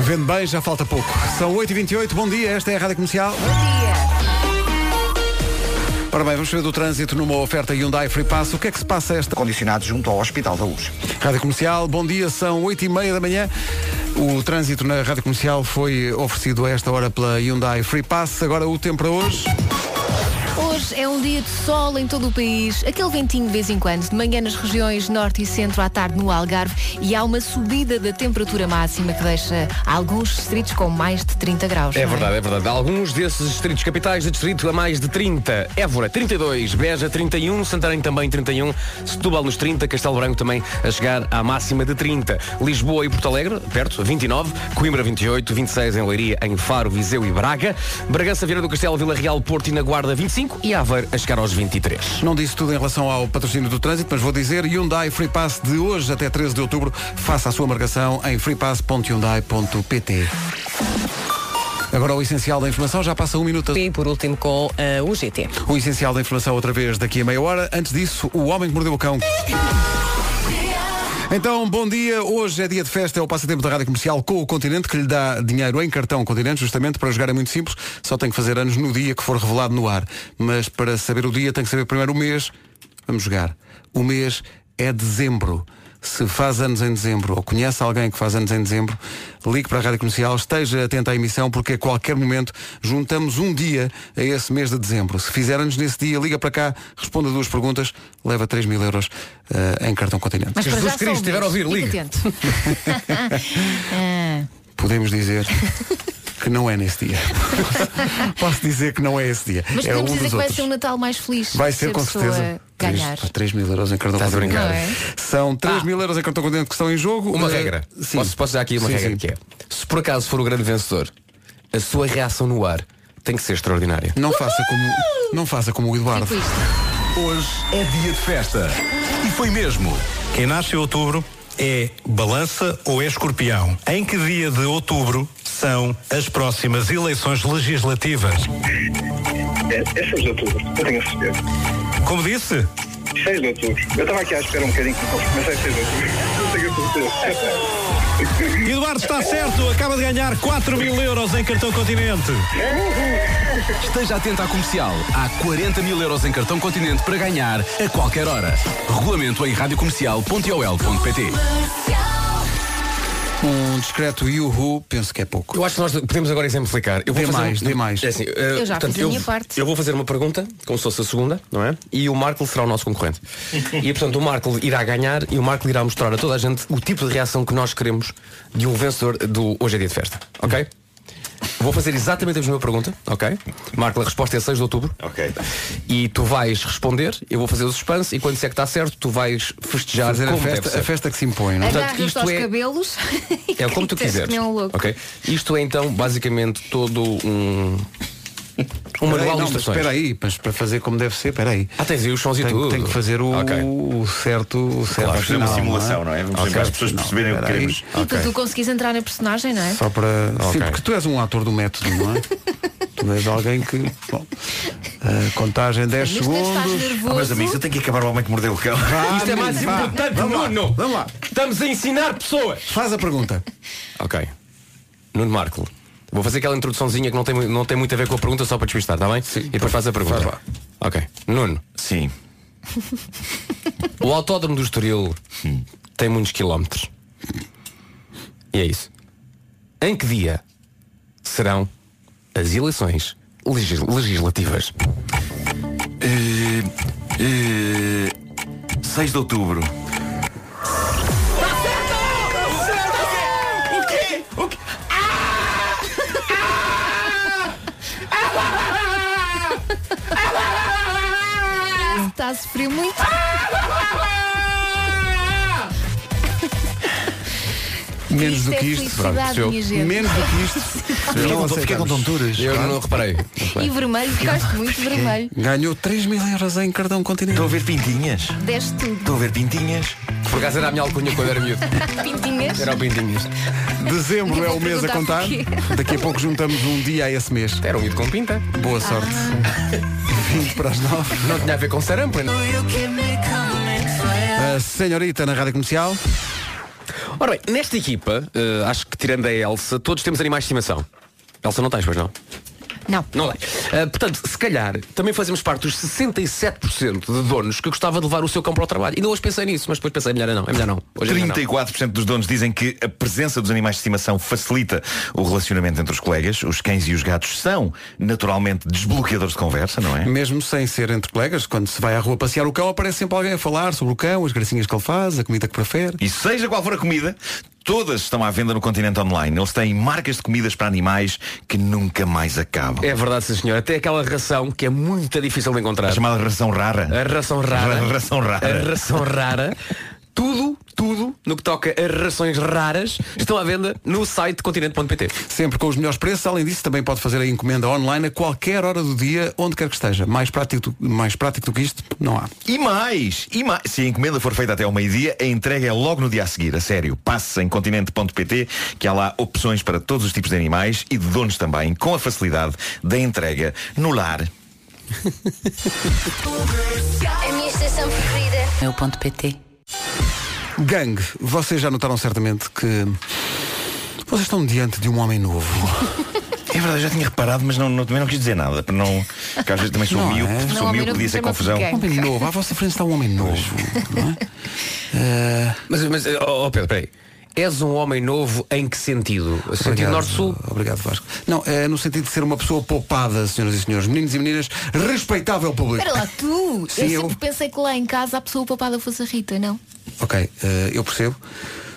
[SPEAKER 2] Vendo bem, já falta pouco. São 8h28, bom dia, esta é a Rádio Comercial. Ora bem, vamos ver do trânsito numa oferta Hyundai Free Pass. O que é que se passa esta
[SPEAKER 3] Condicionado junto ao Hospital da Luz.
[SPEAKER 2] Rádio Comercial, bom dia, são 8h30 da manhã. O trânsito na Rádio Comercial foi oferecido a esta hora pela Hyundai Free Pass. Agora o tempo para hoje.
[SPEAKER 4] Hoje é um dia de sol em todo o país, aquele ventinho de vez em quando, de manhã nas regiões norte e centro, à tarde no Algarve, e há uma subida da temperatura máxima que deixa alguns distritos com mais de 30 graus.
[SPEAKER 5] É
[SPEAKER 4] não
[SPEAKER 5] verdade, é verdade. Alguns desses distritos capitais de distrito a mais de 30. Évora, 32. Beja, 31. Santarém também, 31. Setúbal nos 30. Castelo Branco também a chegar à máxima de 30. Lisboa e Porto Alegre, perto, 29. Coimbra, 28. 26 em Leiria, em Faro, Viseu e Braga. Bragança, Vieira do Castelo, Vila Real, Porto e na Guarda, 25. E Aveiro a chegar aos 23.
[SPEAKER 2] Não disse tudo em relação ao patrocínio do trânsito, mas vou dizer Hyundai Free Pass de hoje até 13 de outubro. Faça a sua marcação em freepass.hyundai.pt. Agora o essencial da informação já passa um minuto.
[SPEAKER 11] E por último com eh, o GT.
[SPEAKER 2] O essencial da informação outra vez daqui a meia hora. Antes disso, o homem que mordeu o cão. Então, bom dia. Hoje é dia de festa, é o passatempo da Rádio Comercial com o Continente, que lhe dá dinheiro em cartão Continente, justamente para jogar é muito simples. Só tem que fazer anos no dia que for revelado no ar. Mas para saber o dia, tem que saber primeiro o mês. Vamos jogar. O mês é dezembro. Se faz anos em dezembro ou conhece alguém que faz anos em dezembro, ligue para a Rádio Comercial, esteja atento à emissão, porque a qualquer momento juntamos um dia a esse mês de dezembro. Se fizer anos nesse dia, liga para cá, responda duas perguntas, leva 3 mil euros eh, em cartão continente.
[SPEAKER 4] Mas para já só ouvir. Fica atento. Ah,
[SPEAKER 2] Podemos dizer que não é nesse dia. Posso dizer que não é esse dia.
[SPEAKER 4] Mas
[SPEAKER 2] é um
[SPEAKER 4] podemos dizer
[SPEAKER 2] dos
[SPEAKER 4] que vai
[SPEAKER 2] outros.
[SPEAKER 4] ser um Natal mais feliz.
[SPEAKER 2] Vai ser
[SPEAKER 4] se a
[SPEAKER 2] com
[SPEAKER 4] pessoa
[SPEAKER 2] certeza.
[SPEAKER 4] Ganhar.
[SPEAKER 2] 3 mil euros em cartão
[SPEAKER 5] Estás a
[SPEAKER 2] continente.
[SPEAKER 5] brincar.
[SPEAKER 4] Não é?
[SPEAKER 2] São 3 mil euros em cartão continente que estão em jogo.
[SPEAKER 5] Uma
[SPEAKER 2] Eh,
[SPEAKER 5] regra.
[SPEAKER 2] Sim.
[SPEAKER 5] Posso, posso dar aqui uma
[SPEAKER 2] Sim,
[SPEAKER 5] regra
[SPEAKER 2] sim.
[SPEAKER 5] que é. Se por acaso for o grande vencedor, a sua reação no ar tem que ser extraordinária.
[SPEAKER 2] Não faça como, não faça como o Eduardo.
[SPEAKER 14] Hoje é dia de festa. E foi mesmo. Quem nasce em outubro é balança ou é escorpião? Em que dia de outubro são as próximas eleições legislativas?
[SPEAKER 15] É, é 6 de outubro, eu tenho a certeza.
[SPEAKER 14] Como disse?
[SPEAKER 15] 6 de outubro. Eu estava aqui à espera um bocadinho que me fosse, mas é 6 de outubro. Eu tenho a certeza.
[SPEAKER 14] Eduardo está certo, acaba de ganhar 4 mil euros em cartão continente.
[SPEAKER 16] Esteja atento à comercial. Há 40 mil euros em cartão continente para ganhar a qualquer hora. Regulamento em radiocomercial.ol.pt
[SPEAKER 2] Um discreto Yuhu, penso que é pouco.
[SPEAKER 5] Eu acho que nós podemos agora exemplificar. Eu vou
[SPEAKER 2] Dê
[SPEAKER 5] fazer
[SPEAKER 2] mais, dê mais.
[SPEAKER 5] É assim, eh,
[SPEAKER 4] Eu já
[SPEAKER 5] portanto,
[SPEAKER 4] fiz a minha parte.
[SPEAKER 5] Eu vou fazer uma pergunta, como se fosse a segunda, não é? E o Marco será o nosso concorrente. e portanto o Marco irá ganhar e o Marco irá mostrar a toda a gente o tipo de reação que nós queremos de um vencedor do Hoje é Dia de Festa. Ok? Vou fazer exatamente a mesma pergunta, ok? Marco, a resposta é 6 de outubro. Ok. E tu vais responder, eu vou fazer o suspense e quando disser que está certo, tu vais festejar
[SPEAKER 2] Fazer a
[SPEAKER 5] como deve
[SPEAKER 2] festa,
[SPEAKER 5] ser.
[SPEAKER 2] a festa que se impõe, não é?
[SPEAKER 4] Agarras-te aos cabelos e
[SPEAKER 5] É como tu
[SPEAKER 4] gritas que
[SPEAKER 5] quiseres.
[SPEAKER 4] nem um louco.
[SPEAKER 5] ok? Isto é então basicamente todo um. Um manual de
[SPEAKER 2] não, mas
[SPEAKER 5] instruções.
[SPEAKER 2] espera aí, mas para fazer como deve ser, espera aí.
[SPEAKER 5] Ah, tens aí os sons e
[SPEAKER 2] Tenho-
[SPEAKER 5] tudo.
[SPEAKER 2] Tenho que fazer o, o certo. O certo
[SPEAKER 5] Claro, fazer uma
[SPEAKER 2] final,
[SPEAKER 5] simulação, não é? Vamos
[SPEAKER 2] Ok,
[SPEAKER 5] para as pessoas
[SPEAKER 2] não,
[SPEAKER 5] perceberem o que
[SPEAKER 2] espera aí.
[SPEAKER 5] queremos.
[SPEAKER 4] E para tu conseguis entrar na personagem, não é?
[SPEAKER 2] Só para. Sim,
[SPEAKER 5] Ok.
[SPEAKER 2] porque tu és um ator do método, não é? tu és alguém que. Bom, a contagem 10
[SPEAKER 4] Neste momento
[SPEAKER 2] segundos.
[SPEAKER 4] estás nervoso.
[SPEAKER 5] Ah,
[SPEAKER 2] mas amigos, eu tenho que acabar o homem que mordeu o cão.
[SPEAKER 14] Ah,
[SPEAKER 5] Isto é mais importante, Nuno. Vamos lá. Estamos a ensinar pessoas.
[SPEAKER 2] Faz a pergunta.
[SPEAKER 5] Ok. Nuno Marco. Vou fazer aquela introduçãozinha que não tem, mu- não tem muito a ver com a pergunta, só para despistar, está bem? Sim. E depois faz a pergunta. Ok. Nuno. Sim. o autódromo do Estoril tem muitos quilómetros. E é isso. Em que dia serão as eleições legis- legislativas? Eh,
[SPEAKER 17] 6 Eh, de outubro.
[SPEAKER 6] O quê? O quê?
[SPEAKER 4] Está a sofrer muito.
[SPEAKER 2] Menos
[SPEAKER 4] Isto
[SPEAKER 2] do
[SPEAKER 4] é
[SPEAKER 2] que isto.
[SPEAKER 4] felicidade, minha
[SPEAKER 2] pronto, percebeu?
[SPEAKER 4] gente.
[SPEAKER 2] Menos do que isto.
[SPEAKER 5] Fiquei com-
[SPEAKER 2] aceitamos.
[SPEAKER 5] fiquei com tonturas. Eu não reparei.
[SPEAKER 4] E vermelho, gosto muito de vermelho.
[SPEAKER 2] Ganhou 3 mil euros em cartão continente. Estou a ver pintinhas.
[SPEAKER 4] Desce tudo.
[SPEAKER 2] Estou a ver pintinhas.
[SPEAKER 5] Por acaso era a minha alcunha quando era miúdo.
[SPEAKER 4] Pintinhas.
[SPEAKER 5] Era o Pintinhas.
[SPEAKER 2] Dezembro é o mês a contar. Daqui a pouco juntamos um dia a esse mês.
[SPEAKER 5] Era um ido com pinta. Ah.
[SPEAKER 2] Boa sorte. 20 para as 9.
[SPEAKER 5] Não tinha a ver com sarampo, não?
[SPEAKER 2] A senhorita na rádio comercial.
[SPEAKER 5] Ora bem, nesta equipa, eh, acho que tirando a Elsa, todos temos animais de estimação. Elsa não tens, pois não?
[SPEAKER 4] Não.
[SPEAKER 5] Não tens. Eh, portanto, se calhar, também fazemos parte dos 67% de donos que gostava de levar o seu cão para o trabalho. Ainda hoje pensei nisso, mas depois pensei, melhor é não, é melhor não. Hoje é melhor não.
[SPEAKER 17] 34% dos donos dizem que a presença dos animais de estimação facilita o relacionamento entre os colegas. Os cães e os gatos são naturalmente desbloqueadores de conversa, não é?
[SPEAKER 2] Mesmo sem ser entre colegas, quando se vai à rua passear o cão, aparece sempre alguém a falar sobre o cão, as gracinhas que ele faz, a comida que prefere.
[SPEAKER 17] E seja qual for a comida, todas estão à venda no continente online. Eles têm marcas de comidas para animais que nunca mais acabam.
[SPEAKER 5] É verdade, sim senhor. Até aquela ração que é muito difícil de encontrar.
[SPEAKER 17] A chamada ração rara.
[SPEAKER 5] A ração rara.
[SPEAKER 17] Ra- ração rara.
[SPEAKER 5] A ração rara. Tudo, tudo, no que toca a rações raras, estão à venda no site continente.pt.
[SPEAKER 2] Sempre com os melhores preços. Além disso, também pode fazer a encomenda online a qualquer hora do dia, onde quer que esteja. Mais prático, do- mais prático do que isto, não há.
[SPEAKER 17] E mais, e mais, se a encomenda for feita até ao meio-dia, a entrega é logo no dia a seguir, a sério. Passe em continente.pt que há lá opções para todos os tipos de animais e de donos também, com a facilidade da entrega no lar.
[SPEAKER 6] É A minha estação preferida.
[SPEAKER 2] É o ponto PT. Gang, vocês já notaram certamente que vocês estão diante de um homem novo.
[SPEAKER 17] É verdade, já tinha reparado, mas não, não- também não quis dizer nada, para não. Porque às vezes também sou
[SPEAKER 2] Não é?
[SPEAKER 17] miúdo, sou miúdo, podia ser confusão.
[SPEAKER 2] Um homem novo, à vossa frente está um homem novo. não é?
[SPEAKER 5] Mas, mas oh, oh, Pedro, peraí. És um homem novo em que sentido? Sentido
[SPEAKER 2] Obrigado,
[SPEAKER 5] norte-sul?
[SPEAKER 2] Obrigado, Vasco. Não, é no sentido de ser uma pessoa poupada, senhoras e senhores, meninos e meninas, respeitável público.
[SPEAKER 4] Espera lá, tu!
[SPEAKER 2] Sim,
[SPEAKER 4] eu,
[SPEAKER 2] eu.
[SPEAKER 4] sempre pensei que lá em casa a pessoa poupada fosse a Rita, não?
[SPEAKER 2] Ok, eh, eu percebo.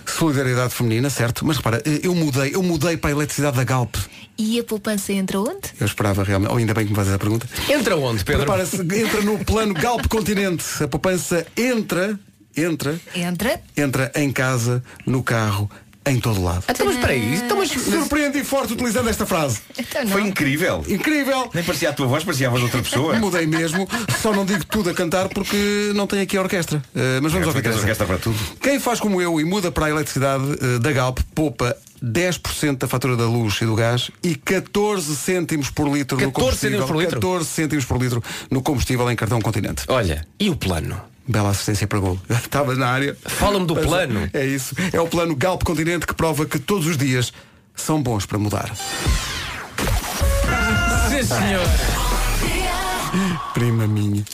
[SPEAKER 2] Solidariedade feminina, certo, mas repara, eh, eu mudei, eu mudei para a eletricidade da Galp.
[SPEAKER 4] E a poupança entra onde?
[SPEAKER 2] Eu esperava realmente. Ou ainda bem que me fazes a pergunta.
[SPEAKER 5] Entra onde, Pedro?
[SPEAKER 2] Prepara-se, entra no plano Galp Continente. A poupança entra, entra,
[SPEAKER 4] Entra.
[SPEAKER 2] entra em casa, no carro, em todo lado.
[SPEAKER 5] Então, mas espera aí, então, mas-
[SPEAKER 2] surpreende e forte utilizando esta frase.
[SPEAKER 4] Então
[SPEAKER 17] Foi incrível.
[SPEAKER 2] Incrível.
[SPEAKER 17] Nem parecia a tua voz, parecia a voz de outra pessoa.
[SPEAKER 2] Mudei mesmo, só não digo tudo a cantar porque não tem aqui a orquestra. Eh, mas vamos ao que
[SPEAKER 17] Tens
[SPEAKER 2] interessa.
[SPEAKER 17] orquestra para tudo.
[SPEAKER 2] Quem faz como eu e muda para a eletricidade eh, da Galp poupa 10% da fatura da luz e do gás e 14 cêntimos por litro
[SPEAKER 5] 14
[SPEAKER 2] no combustível.
[SPEAKER 5] cêntimos por litro?
[SPEAKER 2] 14 cêntimos por litro no combustível em cartão continente.
[SPEAKER 5] Olha, e o plano?
[SPEAKER 2] Bela assistência para gol. Estava na área.
[SPEAKER 5] Fala-me do
[SPEAKER 2] Mas,
[SPEAKER 5] plano.
[SPEAKER 2] É isso. É o plano Galp Continente que prova que todos os dias são bons para mudar.
[SPEAKER 5] Sim, senhor.
[SPEAKER 2] Prima minha.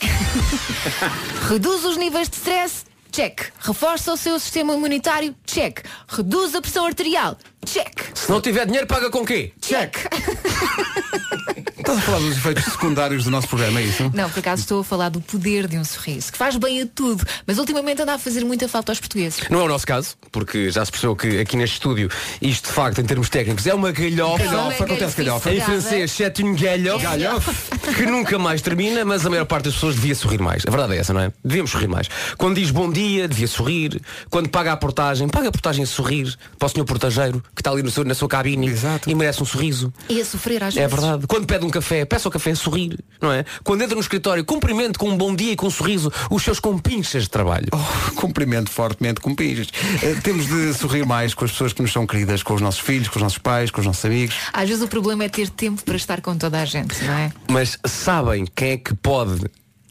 [SPEAKER 4] Reduz os níveis de stress? Check. Reforça o seu sistema imunitário? Check. Reduz a pressão arterial? Check.
[SPEAKER 5] Se não tiver dinheiro, paga com quê?
[SPEAKER 4] Check.
[SPEAKER 2] Estás a falar dos efeitos secundários do nosso programa, é isso?
[SPEAKER 4] Não, por acaso estou a falar do poder de um sorriso, que faz bem a tudo, mas ultimamente anda a fazer muita falta aos portugueses.
[SPEAKER 5] Não é o nosso caso, porque já se percebeu que aqui neste estúdio, isto de facto, em termos técnicos, é uma galhofa.
[SPEAKER 4] É uma Galhofa,
[SPEAKER 2] Então,
[SPEAKER 4] acontece galhofa.
[SPEAKER 5] Em francês, c'est une galhofa.
[SPEAKER 4] Galhofa.
[SPEAKER 5] Que nunca mais termina, mas a maior parte das pessoas devia sorrir mais. A verdade é essa, não é? Devíamos sorrir mais. Quando diz bom dia, devia sorrir. Quando paga a portagem, paga a portagem a sorrir para o senhor portageiro, que está ali no seu, na sua cabine e merece um sorriso.
[SPEAKER 4] E a sofrer às
[SPEAKER 5] É
[SPEAKER 4] vezes.
[SPEAKER 5] verdade. Quando pede um café, peça o café a sorrir, não é? Quando entra no escritório, cumprimente com um bom dia e com um sorriso os seus compinchas de trabalho.
[SPEAKER 2] cumprimento fortemente com pinches. Eh, temos de sorrir mais com as pessoas que nos são queridas, com os nossos filhos, com os nossos pais, com os nossos amigos.
[SPEAKER 4] Às vezes o problema é ter tempo para estar com toda a gente, não é?
[SPEAKER 5] Mas sabem quem é que pode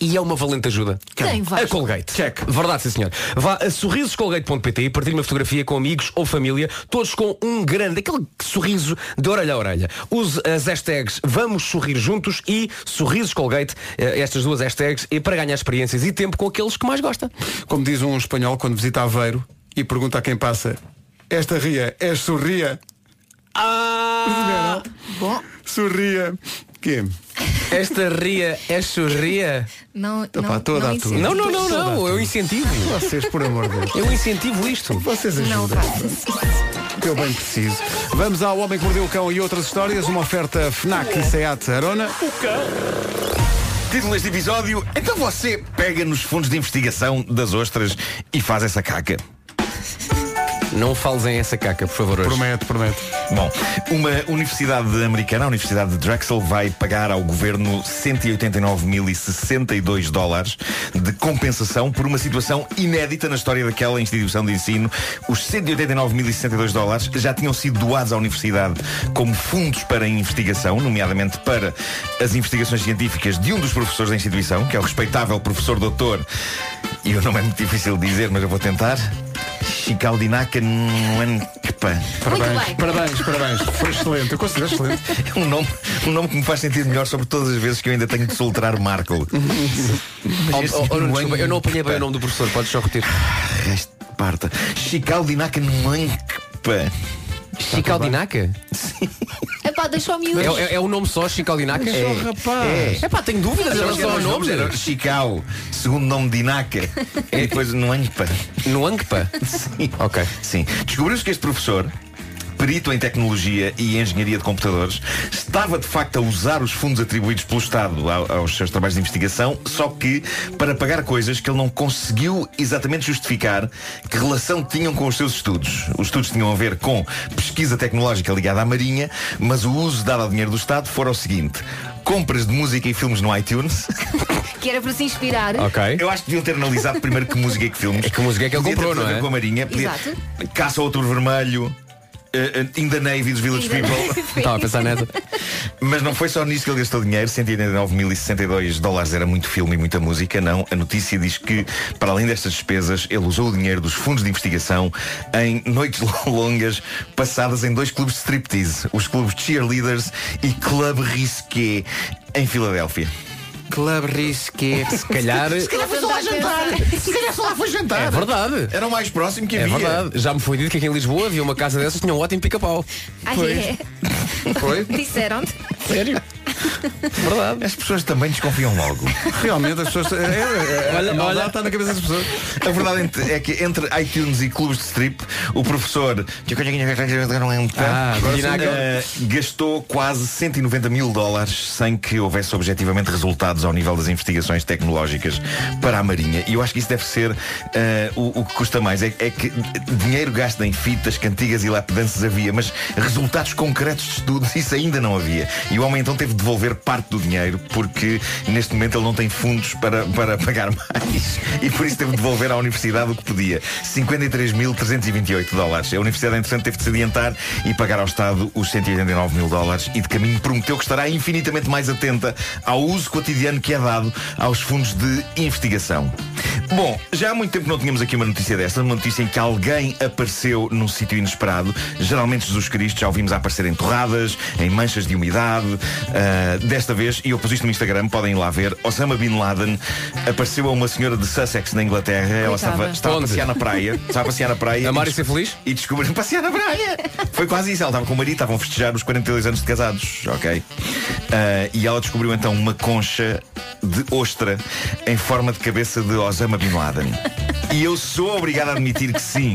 [SPEAKER 5] e é uma valente ajuda?
[SPEAKER 4] Quem vai?
[SPEAKER 5] A Colgate. Check. Verdade, sim senhor. Vá a sorrisoscolgate.pt e partilhe uma fotografia com amigos ou família, todos com um grande, aquele sorriso de orelha a orelha. Use as hashtags Vamos Sorrir Juntos e Sorrisos Colgate, eh, estas duas hashtags, e para ganhar experiências e tempo com aqueles que mais gosta.
[SPEAKER 2] Como diz um espanhol quando visita Aveiro e pergunta a quem passa, esta ria, és sorria?
[SPEAKER 5] Ah!
[SPEAKER 4] Bom.
[SPEAKER 2] Sorria. Quê?
[SPEAKER 5] Esta ria é sorria.
[SPEAKER 4] Não, não,
[SPEAKER 2] Epá, estou Então a dar
[SPEAKER 4] não
[SPEAKER 2] tudo.
[SPEAKER 5] Não, não, não,
[SPEAKER 2] Estou a dar
[SPEAKER 5] não.
[SPEAKER 2] tudo.
[SPEAKER 5] Eu incentivo.
[SPEAKER 2] Vocês, por amor de Deus.
[SPEAKER 5] Eu incentivo isto.
[SPEAKER 2] Vocês ajudam.
[SPEAKER 4] Não faças isso.
[SPEAKER 2] Eu bem preciso. Vamos ao Homem que Mordeu o Cão e outras histórias. Uma oferta FNAC e SEAT Arona.
[SPEAKER 17] O cão. Título deste episódio, então você pega nos fundos de investigação das ostras e faz essa caca.
[SPEAKER 5] Não fales em essa caca, por favor. Hoje.
[SPEAKER 2] Promete, promete.
[SPEAKER 17] Bom, uma universidade americana, a Universidade de Drexel, vai pagar ao governo 189.062 dólares de compensação por uma situação inédita na história daquela instituição de ensino. Os 189.062 dólares já tinham sido doados à universidade como fundos para a investigação, nomeadamente para as investigações científicas de um dos professores da instituição, que é o respeitável professor doutor, e o nome é muito difícil de dizer, mas eu vou tentar, Chicaldinaca Nwankpa.
[SPEAKER 2] Parabéns, parabéns, parabéns. Foi excelente. Eu considero excelente.
[SPEAKER 17] É um nome, um nome que me faz sentir melhor sobre todas as vezes que eu ainda tenho de soltrar Marco.
[SPEAKER 5] Oh, oh, oh, não, desculpa, eu não apanhei bem o nome do professor, podes só repetir.
[SPEAKER 17] Parta. Chicaldinaca Nwankpa.
[SPEAKER 5] Chicaldinaca?
[SPEAKER 4] É pá, deixa o miúdo.
[SPEAKER 5] É, é, é o nome só, Chicaldinaca?
[SPEAKER 2] oh,
[SPEAKER 17] É,
[SPEAKER 5] É pá, tenho dúvidas em relação ao nome.
[SPEAKER 17] Era Chical, segundo nome de Inaca. e depois no Ankpa.
[SPEAKER 5] No Ankpa?
[SPEAKER 17] Sim.
[SPEAKER 5] Ok.
[SPEAKER 17] Sim. Descobriu-se que este professor, perito em tecnologia e engenharia de computadores, estava de facto a usar os fundos atribuídos pelo Estado ao- aos seus trabalhos de investigação, só que para pagar coisas que ele não conseguiu exatamente justificar que relação tinham com os seus estudos. Os estudos tinham a ver com pesquisa tecnológica ligada à Marinha, mas o uso dado ao dinheiro do Estado fora o seguinte. Compras de música e filmes no iTunes.
[SPEAKER 4] Que era para se inspirar.
[SPEAKER 17] Eu acho que deviam ter analisado primeiro que música é que filmes.
[SPEAKER 5] que música é que ele
[SPEAKER 17] Podia ter
[SPEAKER 5] comprou,
[SPEAKER 17] tudo a
[SPEAKER 5] não
[SPEAKER 17] ver
[SPEAKER 5] é?
[SPEAKER 17] Com a Marinha. Podia...
[SPEAKER 4] Exato.
[SPEAKER 17] Caça ao Outubro Vermelho. eh, eh, in the Navy dos Village
[SPEAKER 4] In the
[SPEAKER 17] People.
[SPEAKER 4] Navy. Estava a pensar
[SPEAKER 5] nessa.
[SPEAKER 17] Mas não foi só nisso que ele gastou dinheiro. 189.062 dólares era muito filme e muita música, não. A notícia diz que, para além destas despesas, ele usou o dinheiro dos fundos de investigação em noites longas passadas em dois clubes de striptease. Os clubes Cheerleaders e Club Risqué, em Filadélfia.
[SPEAKER 2] Club Risque.
[SPEAKER 5] Se calhar.
[SPEAKER 4] Se calhar foi só
[SPEAKER 17] lá jantar. Se calhar só lá foi jantar.
[SPEAKER 5] É verdade.
[SPEAKER 17] Era o mais próximo que
[SPEAKER 5] é
[SPEAKER 17] havia.
[SPEAKER 5] verdade. Já me foi dito que aqui em Lisboa havia uma casa dessas que tinha um ótimo pica-pau.
[SPEAKER 4] Ai, é.
[SPEAKER 5] Foi?
[SPEAKER 4] Disseram-te.
[SPEAKER 5] Sério? Verdade.
[SPEAKER 17] As pessoas também desconfiam logo.
[SPEAKER 2] Realmente as pessoas. É, é, é,
[SPEAKER 5] Olha,
[SPEAKER 2] a maldade
[SPEAKER 5] olha.
[SPEAKER 2] está na cabeça das pessoas.
[SPEAKER 17] A verdade ent- é que entre iTunes e clubes de strip, o professor é um
[SPEAKER 5] Ah, Vinaga.
[SPEAKER 17] eh, gastou quase 190 mil dólares sem que houvesse objetivamente resultados ao nível das investigações tecnológicas para a Marinha. E eu acho que isso deve ser eh, o, o que custa mais. É, é que dinheiro gasto em fitas, cantigas e lapidanças havia, mas resultados concretos de estudos, isso ainda não havia. E o homem então teve de devolver parte do dinheiro porque neste momento ele não tem fundos para, para pagar mais e por isso teve de devolver à universidade o que podia. 53.328 dólares. A universidade, entretanto, teve de se adiantar e pagar ao Estado os 189 mil dólares e de caminho prometeu que estará infinitamente mais atenta ao uso cotidiano que é dado aos fundos de investigação. Bom, já há muito tempo não tínhamos aqui uma notícia desta, uma notícia em que alguém apareceu num sítio inesperado. Geralmente Jesus Cristo já ouvimos a aparecer em torradas, em manchas de umidade. Ah, desta vez, e eu pus isto no Instagram, podem ir lá ver, Osama Bin Laden apareceu a uma senhora de Sussex na Inglaterra. Ela estava,
[SPEAKER 5] Coitada.
[SPEAKER 17] estava a
[SPEAKER 5] Onde?
[SPEAKER 17] passear na praia. Estava a passear na praia.
[SPEAKER 5] A Mário
[SPEAKER 17] e
[SPEAKER 5] ser feliz?
[SPEAKER 17] e descobriram passear na praia. Foi quase isso. Ela estava com o marido, estavam a festejar os 42 anos de casados, ok? Ah, e ela descobriu então uma concha de ostra em forma de cabeça de Osama Bin Laden. E eu sou obrigado a admitir que sim.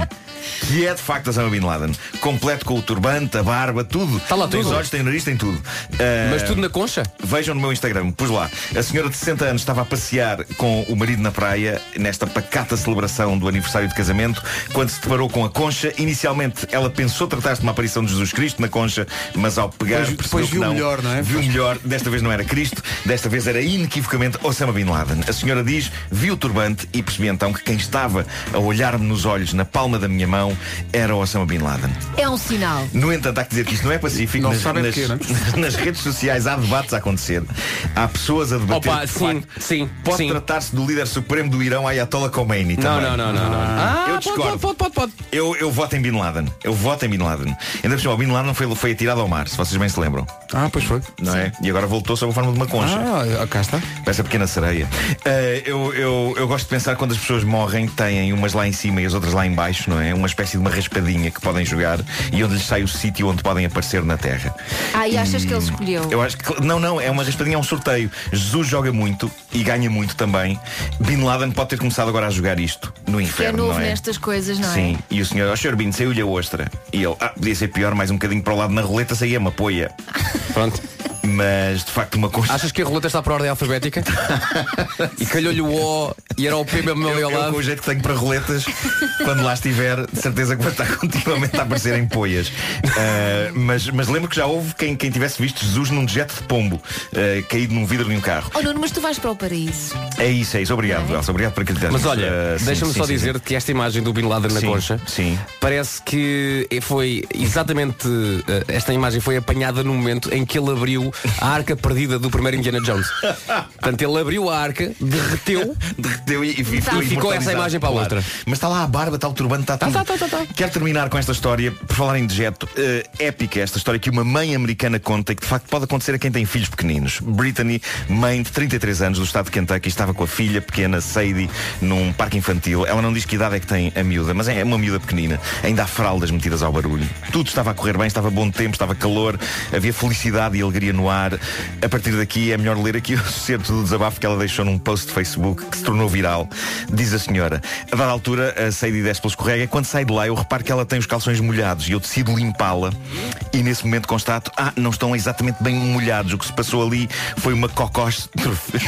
[SPEAKER 17] Que é de facto Osama Bin Laden. Completo com o turbante, a barba, tudo. Está
[SPEAKER 5] Tá lá
[SPEAKER 17] tem os
[SPEAKER 5] tudo.
[SPEAKER 17] olhos, tem o nariz, tem tudo. Ah,
[SPEAKER 5] Mas tudo na concha?
[SPEAKER 17] Vejam no meu Instagram, pus lá. A senhora de 60 anos estava a passear com o marido na praia, nesta pacata celebração do aniversário de casamento, quando se deparou com a concha. Inicialmente ela pensou tratar-se de uma aparição de Jesus Cristo na concha, mas ao pegar.
[SPEAKER 2] Depois-
[SPEAKER 17] percebeu
[SPEAKER 2] depois
[SPEAKER 17] que
[SPEAKER 2] viu
[SPEAKER 17] não,
[SPEAKER 2] melhor, não é?
[SPEAKER 17] Viu melhor, desta vez não era Cristo, desta vez era inequivocamente Osama Bin Laden. A senhora diz, viu o turbante e percebi então que quem estava a olhar-me nos olhos, na palma da minha mão, era Osama Bin Laden.
[SPEAKER 4] É um sinal.
[SPEAKER 17] No entanto, há que dizer que isto não é pacífico.
[SPEAKER 2] Não
[SPEAKER 17] nas,
[SPEAKER 2] sabem
[SPEAKER 17] nas-
[SPEAKER 2] porquê, não
[SPEAKER 5] é?
[SPEAKER 17] nas redes sociais há debates a acontecer. Há pessoas a debater.
[SPEAKER 5] Opa,
[SPEAKER 17] de
[SPEAKER 5] sim,
[SPEAKER 17] facto,
[SPEAKER 5] sim,
[SPEAKER 17] Pode
[SPEAKER 5] sim.
[SPEAKER 17] tratar-se do líder supremo do Irão, Ayatollah Khomeini.
[SPEAKER 5] Não,
[SPEAKER 17] também.
[SPEAKER 5] não, não, não, não. Ah,
[SPEAKER 17] eu
[SPEAKER 5] pode,
[SPEAKER 17] discordo.
[SPEAKER 5] pode, pode, pode, pode.
[SPEAKER 17] Eu, eu voto em Bin Laden. Eu voto em Bin Laden. Ainda por cima, o Bin Laden foi, foi atirado ao mar, se vocês bem se lembram.
[SPEAKER 2] Ah, pois foi.
[SPEAKER 17] Não é? E agora voltou sob a forma de uma concha.
[SPEAKER 2] Ah, cá está.
[SPEAKER 17] Parece a pequena sereia. Eh, eu, eu, eu gosto de pensar que quando as pessoas morrem, têm umas lá em cima e as outras lá em baixo, não é? Uma espécie de uma raspadinha que podem jogar e onde lhes sai o sítio onde podem aparecer na Terra.
[SPEAKER 4] Ah, e achas que ele escolheu?
[SPEAKER 17] Eu acho que. Não, não, é uma raspadinha, é um sorteio. Jesus joga muito e ganha muito também. Bin Laden pode ter começado agora a jogar isto no
[SPEAKER 4] Que é
[SPEAKER 17] inferno.
[SPEAKER 4] novo
[SPEAKER 17] não é?
[SPEAKER 4] nestas coisas, não
[SPEAKER 17] Sim,
[SPEAKER 4] é?
[SPEAKER 17] e o senhor, ó senhor Bin, saiu-lhe a ostra. E ele, ah, podia ser pior, mais um bocadinho para o lado na roleta, saía uma poia.
[SPEAKER 5] Pronto.
[SPEAKER 17] Mas de facto uma coisa.
[SPEAKER 5] Achas que a roleta está por ordem alfabética? e calhou-lhe o O e era o P mesmo ali
[SPEAKER 17] Eu, eu,
[SPEAKER 5] ao
[SPEAKER 17] com
[SPEAKER 5] lado.
[SPEAKER 17] É o jeito que tenho para roletas, quando lá estiver, de certeza que vai estar continuamente a aparecer em poias. Ah, mas, mas lembro que já houve quem, quem tivesse visto Jesus num jet de pombo, ah, caído num vidro de um carro.
[SPEAKER 4] Oh Nuno, mas tu vais para o paraíso.
[SPEAKER 17] É isso, é isso. Obrigado, Elsa. Obrigado por acreditar.
[SPEAKER 5] Mas
[SPEAKER 17] nisso.
[SPEAKER 5] olha,
[SPEAKER 17] Ah, sim,
[SPEAKER 5] deixa-me
[SPEAKER 17] sim,
[SPEAKER 5] só
[SPEAKER 17] sim,
[SPEAKER 5] dizer que esta imagem do Bin Laden na
[SPEAKER 17] Sim,
[SPEAKER 5] concha
[SPEAKER 17] sim.
[SPEAKER 5] parece que foi exatamente eh, esta imagem foi apanhada no momento em que ele abriu a arca perdida do primeiro Indiana Jones. Portanto, ele abriu a arca, derreteu
[SPEAKER 17] Derreteu e, e,
[SPEAKER 5] Tá.
[SPEAKER 17] ficou
[SPEAKER 5] Ficou essa
[SPEAKER 17] imortalizado,
[SPEAKER 5] imagem para a
[SPEAKER 17] claro.
[SPEAKER 5] outra.
[SPEAKER 17] Mas está lá a barba, está o turbante, está tudo.
[SPEAKER 5] tá, tá, tá.
[SPEAKER 17] Quero terminar com esta história, por falar em dejeto, eh, épica esta história que uma mãe americana conta e que de facto pode acontecer a quem tem filhos pequeninos. Brittany, mãe de 33 anos do estado de Kentucky, estava com a filha pequena, Sadie, num parque infantil. Ela não diz que idade é que tem a miúda, mas é uma miúda pequenina. Ainda há fraldas metidas ao barulho. Tudo estava a correr bem, estava bom tempo, estava calor, havia felicidade e alegria no ar. A partir daqui é melhor ler aqui o certo do desabafo que ela deixou num post de Facebook que se tornou viral. Diz a senhora, a dada altura, a Sadie desce pelo escorrega. Quando sai de lá, eu reparo que ela tem os calções molhados e eu decido limpá-la. E nesse momento constato, ah, não estão exatamente bem molhados. O que se passou ali foi uma cocóstrofe.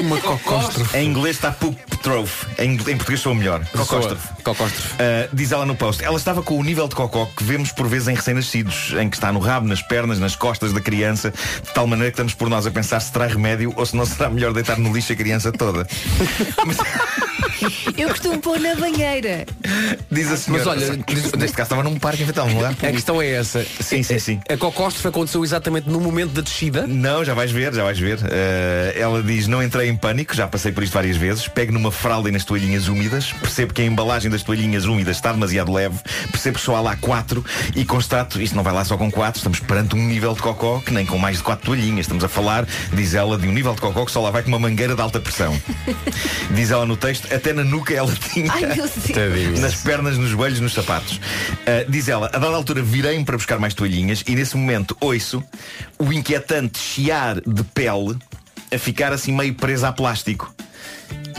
[SPEAKER 2] Uma cocóstrofe.
[SPEAKER 17] em inglês está puptrofe. Em, em português sou melhor. Cocóstrofe.
[SPEAKER 5] Cocóstrofe.
[SPEAKER 17] Uh, diz ela no post, ela estava com o nível de cocó que vemos por vezes em recém-nascidos, em que está no rabo, nas pernas, nas costas da criança, de tal maneira que estamos por nós a pensar se terá remédio ou se não será melhor deitar no lixo a criança toda. Mas-
[SPEAKER 4] Eu costumo pôr na banheira.
[SPEAKER 17] Diz a senhora.
[SPEAKER 5] Mas olha,
[SPEAKER 17] neste caso estava num parque inventado um lugar.
[SPEAKER 5] A questão é essa.
[SPEAKER 17] Sim, sim, sim.
[SPEAKER 5] A cocóstrofe aconteceu exatamente no momento da descida.
[SPEAKER 17] Não, já vais ver, já vais ver. Eh, ela diz, não entrei em pânico, já passei por isto várias vezes. Pego numa fralda e nas toalhinhas úmidas. Percebo que a embalagem das toalhinhas úmidas está demasiado leve. Percebo que só há lá quatro e constato, isto não vai lá só com quatro. Estamos perante um nível de cocó que nem com mais de quatro toalhinhas. Estamos a falar, diz ela, de um nível de cocó que só lá vai com uma mangueira de alta pressão. Diz ela no texto, até na nuca ela tinha.
[SPEAKER 4] Ai, meu Deus. Tadinho.
[SPEAKER 17] Nas pernas, nos joelhos, nos sapatos. Uh, diz ela, a dada altura virei-me para buscar mais toalhinhas e nesse momento ouço o inquietante chiar de pele a ficar assim meio presa a plástico.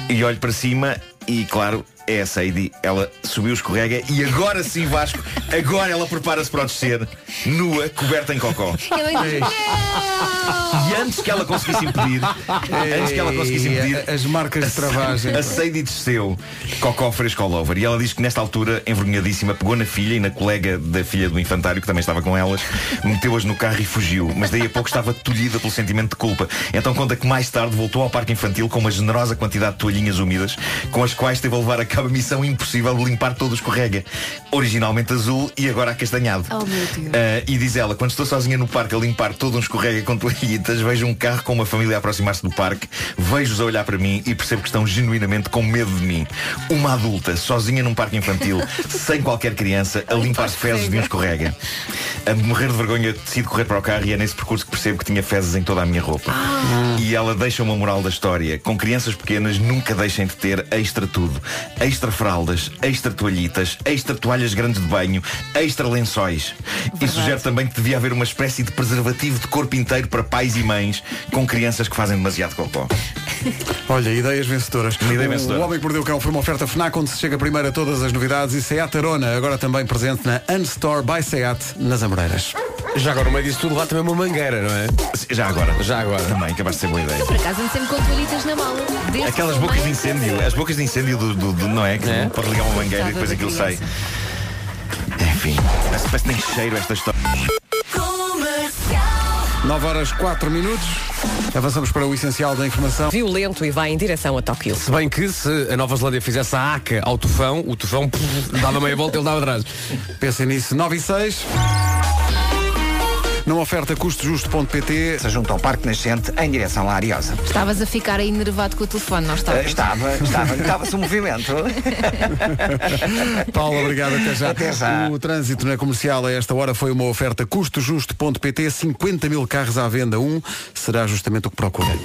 [SPEAKER 17] E olho para cima e, claro, é a Sadie. Ela subiu, escorrega e agora sim, Vasco, agora ela prepara-se para o descer, nua, coberta em cocó. E antes que ela conseguisse impedir, antes que ela conseguisse impedir,
[SPEAKER 2] as marcas de travagem.
[SPEAKER 17] A Sadie desceu, cocó fresco all over. E ela diz que nesta altura, envergonhadíssima, pegou na filha e na colega da filha do infantário, que também estava com elas, meteu-as no carro e fugiu. Mas daí a pouco estava tolhida pelo sentimento de culpa. Então conta que mais tarde voltou ao parque infantil com uma generosa quantidade de toalhinhas úmidas, com as quais teve a levar a cabo a missão impossível de limpar todo o escorrega. Originalmente azul e agora acastanhado.
[SPEAKER 4] Oh, meu Deus.
[SPEAKER 17] Ah, e diz ela, quando estou sozinha no parque a limpar todo um escorrega com toalhitas, vejo um carro com uma família a aproximar-se do parque, vejo-os a olhar para mim e percebo que estão genuinamente com medo de mim. Uma adulta, sozinha num parque infantil, sem qualquer criança, a limpar fezes de um escorrega. A morrer de vergonha, decido correr para o carro e é nesse percurso que percebo que tinha fezes em toda a minha roupa. E ela deixa uma moral da história. Com crianças pequenas, nunca deixem de ter extra tudo. Extra fraldas, extra toalhitas, extra toalhas grandes de banho, extra lençóis. E sugere também que devia haver uma espécie de preservativo de corpo inteiro para pais e mães com crianças que fazem demasiado cocó.
[SPEAKER 2] Olha, ideias vencedoras.
[SPEAKER 17] ideia
[SPEAKER 2] o
[SPEAKER 17] vencedora.
[SPEAKER 2] Homem que Mordeu o Cão foi uma oferta FNAC onde se chega primeiro a todas as novidades e Seat Arona, agora também presente na Unstore by Seat nas Amoreiras.
[SPEAKER 5] Já agora, no
[SPEAKER 17] é
[SPEAKER 5] meio disso tudo, lá também uma mangueira, não é?
[SPEAKER 17] Já agora.
[SPEAKER 5] Já agora.
[SPEAKER 17] Também, acabaste de ser boa ideia.
[SPEAKER 4] Por acaso ando sempre com toalhitas na mala. Desde
[SPEAKER 17] Aquelas
[SPEAKER 4] que sou
[SPEAKER 17] bocas de
[SPEAKER 4] mãe.
[SPEAKER 17] incêndio, as bocas de incêndio do, do- do- não é? Que pode ligar uma mangueira e depois aquilo sai. Enfim, parece, parece que nem cheiro esta história.
[SPEAKER 2] 9 horas 4 minutos. Avançamos para o essencial da informação.
[SPEAKER 11] Violento e vai em direção a Tóquio.
[SPEAKER 5] Se bem que se a Nova Zelândia fizesse a ACA ao tufão, o tufão pff, dava meia volta e ele dava atrás.
[SPEAKER 2] Pensem nisso. 9 e 6. Numa oferta custojusto.pt
[SPEAKER 17] um
[SPEAKER 3] se junta ao Parque Nascente em direção à Ariosa.
[SPEAKER 4] Estavas a ficar aí nervado com o telefone, não
[SPEAKER 3] Ah,
[SPEAKER 4] estavas?
[SPEAKER 3] Estava, estava, estava-se um movimento.
[SPEAKER 2] Paulo, obrigado, até já.
[SPEAKER 3] Até já.
[SPEAKER 2] O trânsito na comercial a esta hora foi uma oferta custojusto.pt, 50 mil carros à venda, um será justamente o que procurei.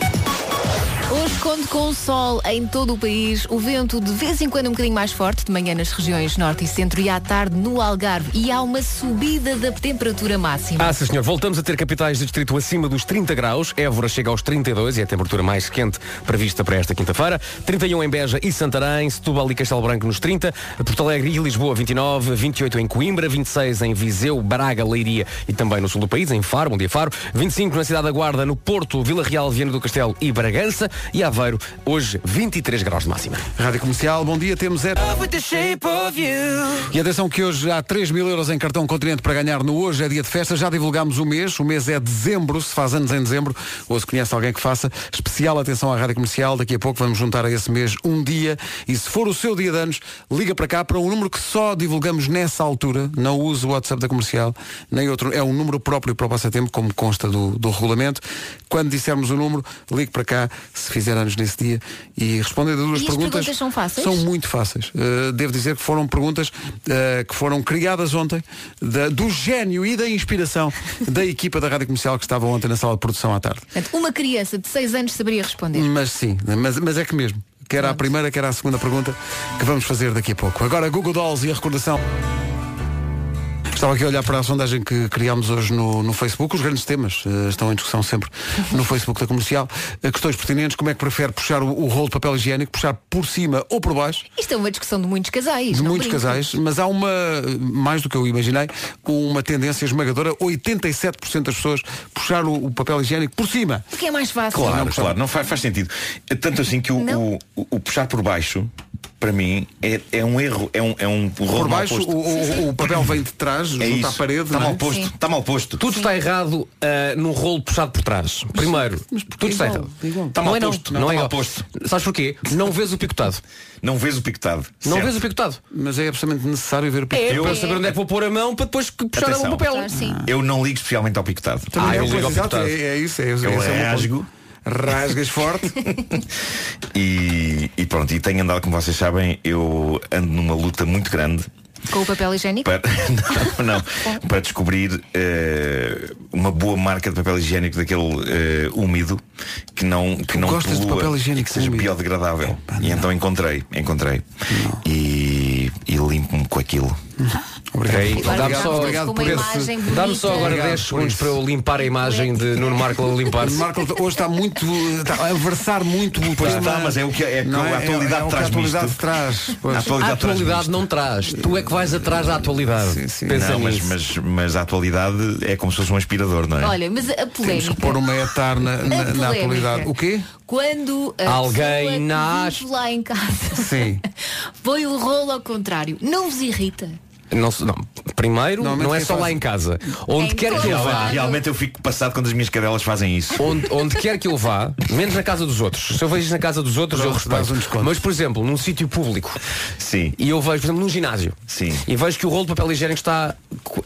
[SPEAKER 4] Hoje conto com o sol em todo o país, o vento de vez em quando um bocadinho mais forte, de manhã nas regiões norte e centro e à tarde no Algarve. E há uma subida da temperatura máxima.
[SPEAKER 5] Ah, sim, senhor. Voltamos a ter capitais de distrito acima dos 30 graus. Évora chega aos 32 e é a temperatura mais quente prevista para esta quinta-feira. 31 em Beja e Santarém, Setúbal e Castelo Branco nos 30, Porto Alegre e Lisboa 29, 28 em Coimbra, 26 em Viseu, Braga, Leiria e também no sul do país, em Faro, um dia Faro, 25 na cidade da Guarda, no Porto, Vila Real, Viana do Castelo e Bragança e Aveiro, hoje 23 graus de máxima.
[SPEAKER 2] Rádio Comercial, bom dia, temos é... E atenção que hoje há 3 mil euros em cartão continente para ganhar no Hoje é Dia de Festa. Já divulgámos o mês, o mês é dezembro, se faz anos em dezembro, ou se conhece alguém que faça. Especial atenção à Rádio Comercial, daqui a pouco vamos juntar a esse mês um dia. E se for o seu dia de anos, liga para cá para um número que só divulgamos nessa altura. Não use o WhatsApp da Comercial, nem outro. É um número próprio para o passatempo, como consta do, do regulamento. Quando dissermos o número, ligue para cá se fizer anos nesse dia e responder a duas
[SPEAKER 4] E as perguntas são fáceis?
[SPEAKER 2] São muito fáceis. Uh, devo dizer que foram perguntas uh, que foram criadas ontem da- do gênio e da inspiração da equipa da Rádio Comercial que estava ontem na sala de produção à tarde.
[SPEAKER 4] Portanto, Uma criança de 6 anos saberia responder.
[SPEAKER 2] Mas sim, mas, mas é que mesmo. Quer à primeira, quer à segunda pergunta que vamos fazer daqui a pouco. Agora Google Dolls e a recordação. Estava aqui a olhar para a sondagem que criámos hoje no, no Facebook. Os grandes temas eh, estão em discussão sempre no Facebook da Comercial. Eh, questões pertinentes, como é que prefere puxar o, o rolo de papel higiênico, puxar por cima ou por baixo?
[SPEAKER 4] Isto é uma discussão de muitos casais.
[SPEAKER 2] de
[SPEAKER 4] não
[SPEAKER 2] muitos
[SPEAKER 4] brinco.
[SPEAKER 2] casais, mas há uma, mais do que eu imaginei, uma tendência esmagadora, 87% das pessoas puxar o, o papel higiênico por cima.
[SPEAKER 4] Porque é mais fácil.
[SPEAKER 17] É Claro, claro, não faz, faz sentido. Tanto assim que o, o- o- o puxar por baixo para mim, é, é um erro, é um, é um
[SPEAKER 2] Por
[SPEAKER 17] rolo mal
[SPEAKER 2] baixo,
[SPEAKER 17] posto.
[SPEAKER 2] o, o- o papel vem de trás,
[SPEAKER 17] É
[SPEAKER 2] junto à
[SPEAKER 17] isso.
[SPEAKER 2] parede.
[SPEAKER 17] Está
[SPEAKER 2] não é?
[SPEAKER 17] mal posto, está mal posto.
[SPEAKER 5] Tudo está errado ah, num rolo puxado por trás. Primeiro, tudo está errado.
[SPEAKER 17] Está
[SPEAKER 5] Não
[SPEAKER 17] mal
[SPEAKER 5] é não.
[SPEAKER 17] posto.
[SPEAKER 5] Não é
[SPEAKER 17] está mal
[SPEAKER 5] igual.
[SPEAKER 17] posto.
[SPEAKER 5] Sabes porquê? Não vês o picotado.
[SPEAKER 17] Não vês o picotado.
[SPEAKER 5] Não
[SPEAKER 17] Certo.
[SPEAKER 5] vês o picotado.
[SPEAKER 2] Mas é absolutamente necessário ver o
[SPEAKER 5] É,
[SPEAKER 17] Eu-
[SPEAKER 5] para saber onde é que vou pôr a mão para depois puxar
[SPEAKER 17] Atenção.
[SPEAKER 5] o papel.
[SPEAKER 17] Eu não ligo especialmente ao picotado.
[SPEAKER 2] Também
[SPEAKER 5] Ah,
[SPEAKER 2] é
[SPEAKER 17] eu
[SPEAKER 5] um
[SPEAKER 2] uma
[SPEAKER 17] ligo
[SPEAKER 2] coisa,
[SPEAKER 17] ao
[SPEAKER 2] exato,
[SPEAKER 17] picotado.
[SPEAKER 2] é, é isso, é, isso,
[SPEAKER 17] Eu
[SPEAKER 2] esse é o meu ponto.
[SPEAKER 17] rasgo.
[SPEAKER 2] Rasgas forte.
[SPEAKER 17] E, e pronto, e tenho andado, como vocês sabem, eu ando numa luta muito grande
[SPEAKER 4] Com o papel higiênico?
[SPEAKER 17] para, não, não, para descobrir eh, uma boa marca de papel higiênico daquele eh, úmido que não que não
[SPEAKER 2] gostas de
[SPEAKER 17] polua
[SPEAKER 2] papel
[SPEAKER 17] e
[SPEAKER 2] higiênico
[SPEAKER 17] que seja biodegradável. e então encontrei, encontrei. E, e limpo-me com aquilo.
[SPEAKER 5] Ok,
[SPEAKER 17] Obrigado.
[SPEAKER 5] dá-me
[SPEAKER 17] Obrigado,
[SPEAKER 5] só,
[SPEAKER 17] obrigado
[SPEAKER 5] por
[SPEAKER 17] por
[SPEAKER 5] esse-
[SPEAKER 17] imagem
[SPEAKER 5] dá-me
[SPEAKER 17] bonita.
[SPEAKER 5] só agora
[SPEAKER 17] Obrigado
[SPEAKER 5] 10
[SPEAKER 17] por
[SPEAKER 5] segundos para eu limpar a imagem de Nuno Marco a limpar-se.
[SPEAKER 2] Marco hoje está muito. Está a versar muito o
[SPEAKER 5] Pois
[SPEAKER 2] tema.
[SPEAKER 5] está, mas é o que- é que
[SPEAKER 2] Não
[SPEAKER 5] a atualidade
[SPEAKER 2] é o que
[SPEAKER 5] traz-me
[SPEAKER 2] A atualidade
[SPEAKER 5] isto.
[SPEAKER 2] traz. pois.
[SPEAKER 5] A atualidade, não traz. Tu é que vais atrás da atualidade. Pensa
[SPEAKER 17] Não, mas,
[SPEAKER 5] nisso.
[SPEAKER 17] mas, mas a atualidade é como se fosse um aspirador, não é?
[SPEAKER 4] Olha, mas a
[SPEAKER 17] Temos
[SPEAKER 4] polémica.
[SPEAKER 17] que pôr um
[SPEAKER 2] uma um etar na,
[SPEAKER 4] na- A na polémica. atualidade. O
[SPEAKER 2] quê?
[SPEAKER 4] Quando a
[SPEAKER 17] Alguém
[SPEAKER 4] pessoa que
[SPEAKER 17] nas-
[SPEAKER 4] vive lá em casa
[SPEAKER 2] Sim.
[SPEAKER 4] põe o rolo ao contrário, não vos irrita?
[SPEAKER 5] Não, se- não. Primeiro,
[SPEAKER 17] Normalmente
[SPEAKER 5] não é
[SPEAKER 17] quem
[SPEAKER 5] só
[SPEAKER 17] faz-
[SPEAKER 5] lá em casa. Onde
[SPEAKER 4] Em
[SPEAKER 5] quer que eu
[SPEAKER 4] todo
[SPEAKER 5] vá.
[SPEAKER 4] lado.
[SPEAKER 17] Realmente eu fico passado quando as minhas cadelas fazem isso.
[SPEAKER 5] Onde, onde quer que eu vá, menos na casa dos outros. Se eu vejo na casa dos outros, eu
[SPEAKER 17] Pronto, dás um
[SPEAKER 5] respeito. Mas, por exemplo, num sítio público.
[SPEAKER 17] Sim.
[SPEAKER 5] E eu vejo, por exemplo, num ginásio.
[SPEAKER 17] Sim.
[SPEAKER 5] E vejo que o rolo de papel higiênico está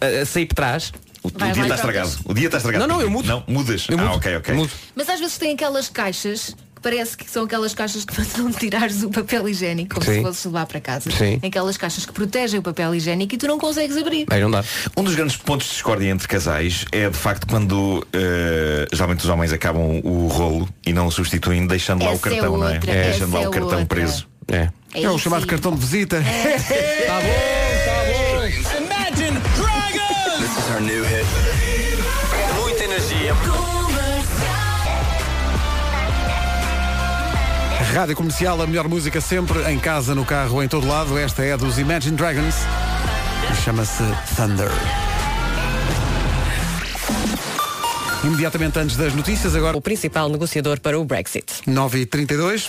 [SPEAKER 5] a, a sair por trás.
[SPEAKER 17] O, o dia está estragado. O dia está estragado.
[SPEAKER 5] Não, não, eu
[SPEAKER 17] mudo. Não, mudas. ah, ok, ok.
[SPEAKER 4] Mas às vezes tem aquelas caixas que parece que são aquelas caixas que mandam tirares o papel higiênico como
[SPEAKER 17] Sim.
[SPEAKER 4] se fosses levar para casa.
[SPEAKER 17] Sim.
[SPEAKER 4] Aquelas caixas que protegem o papel higiênico e tu não consegues abrir.
[SPEAKER 5] Aí não dá.
[SPEAKER 17] Um dos grandes pontos de discórdia entre casais é de facto quando eh, geralmente os homens acabam o rolo e não o substituem, deixando lá o
[SPEAKER 4] Essa é
[SPEAKER 17] cartão, não é?
[SPEAKER 4] outra, essa
[SPEAKER 17] Deixando lá
[SPEAKER 4] é
[SPEAKER 17] o cartão
[SPEAKER 4] outra.
[SPEAKER 17] preso.
[SPEAKER 5] É.
[SPEAKER 4] É
[SPEAKER 2] É o
[SPEAKER 4] isso
[SPEAKER 2] chamado
[SPEAKER 4] aí.
[SPEAKER 2] cartão de
[SPEAKER 18] É.
[SPEAKER 2] visita.
[SPEAKER 4] Tá
[SPEAKER 5] bom,
[SPEAKER 18] Imagine Dragons! This is our new hit. Muita energia.
[SPEAKER 2] Rádio Comercial, a melhor música sempre, em casa, no carro, em todo lado. Esta é dos Imagine Dragons. e Chama-se Thunder. Imediatamente antes das notícias, agora.
[SPEAKER 11] O principal negociador para o Brexit.
[SPEAKER 2] 9h32.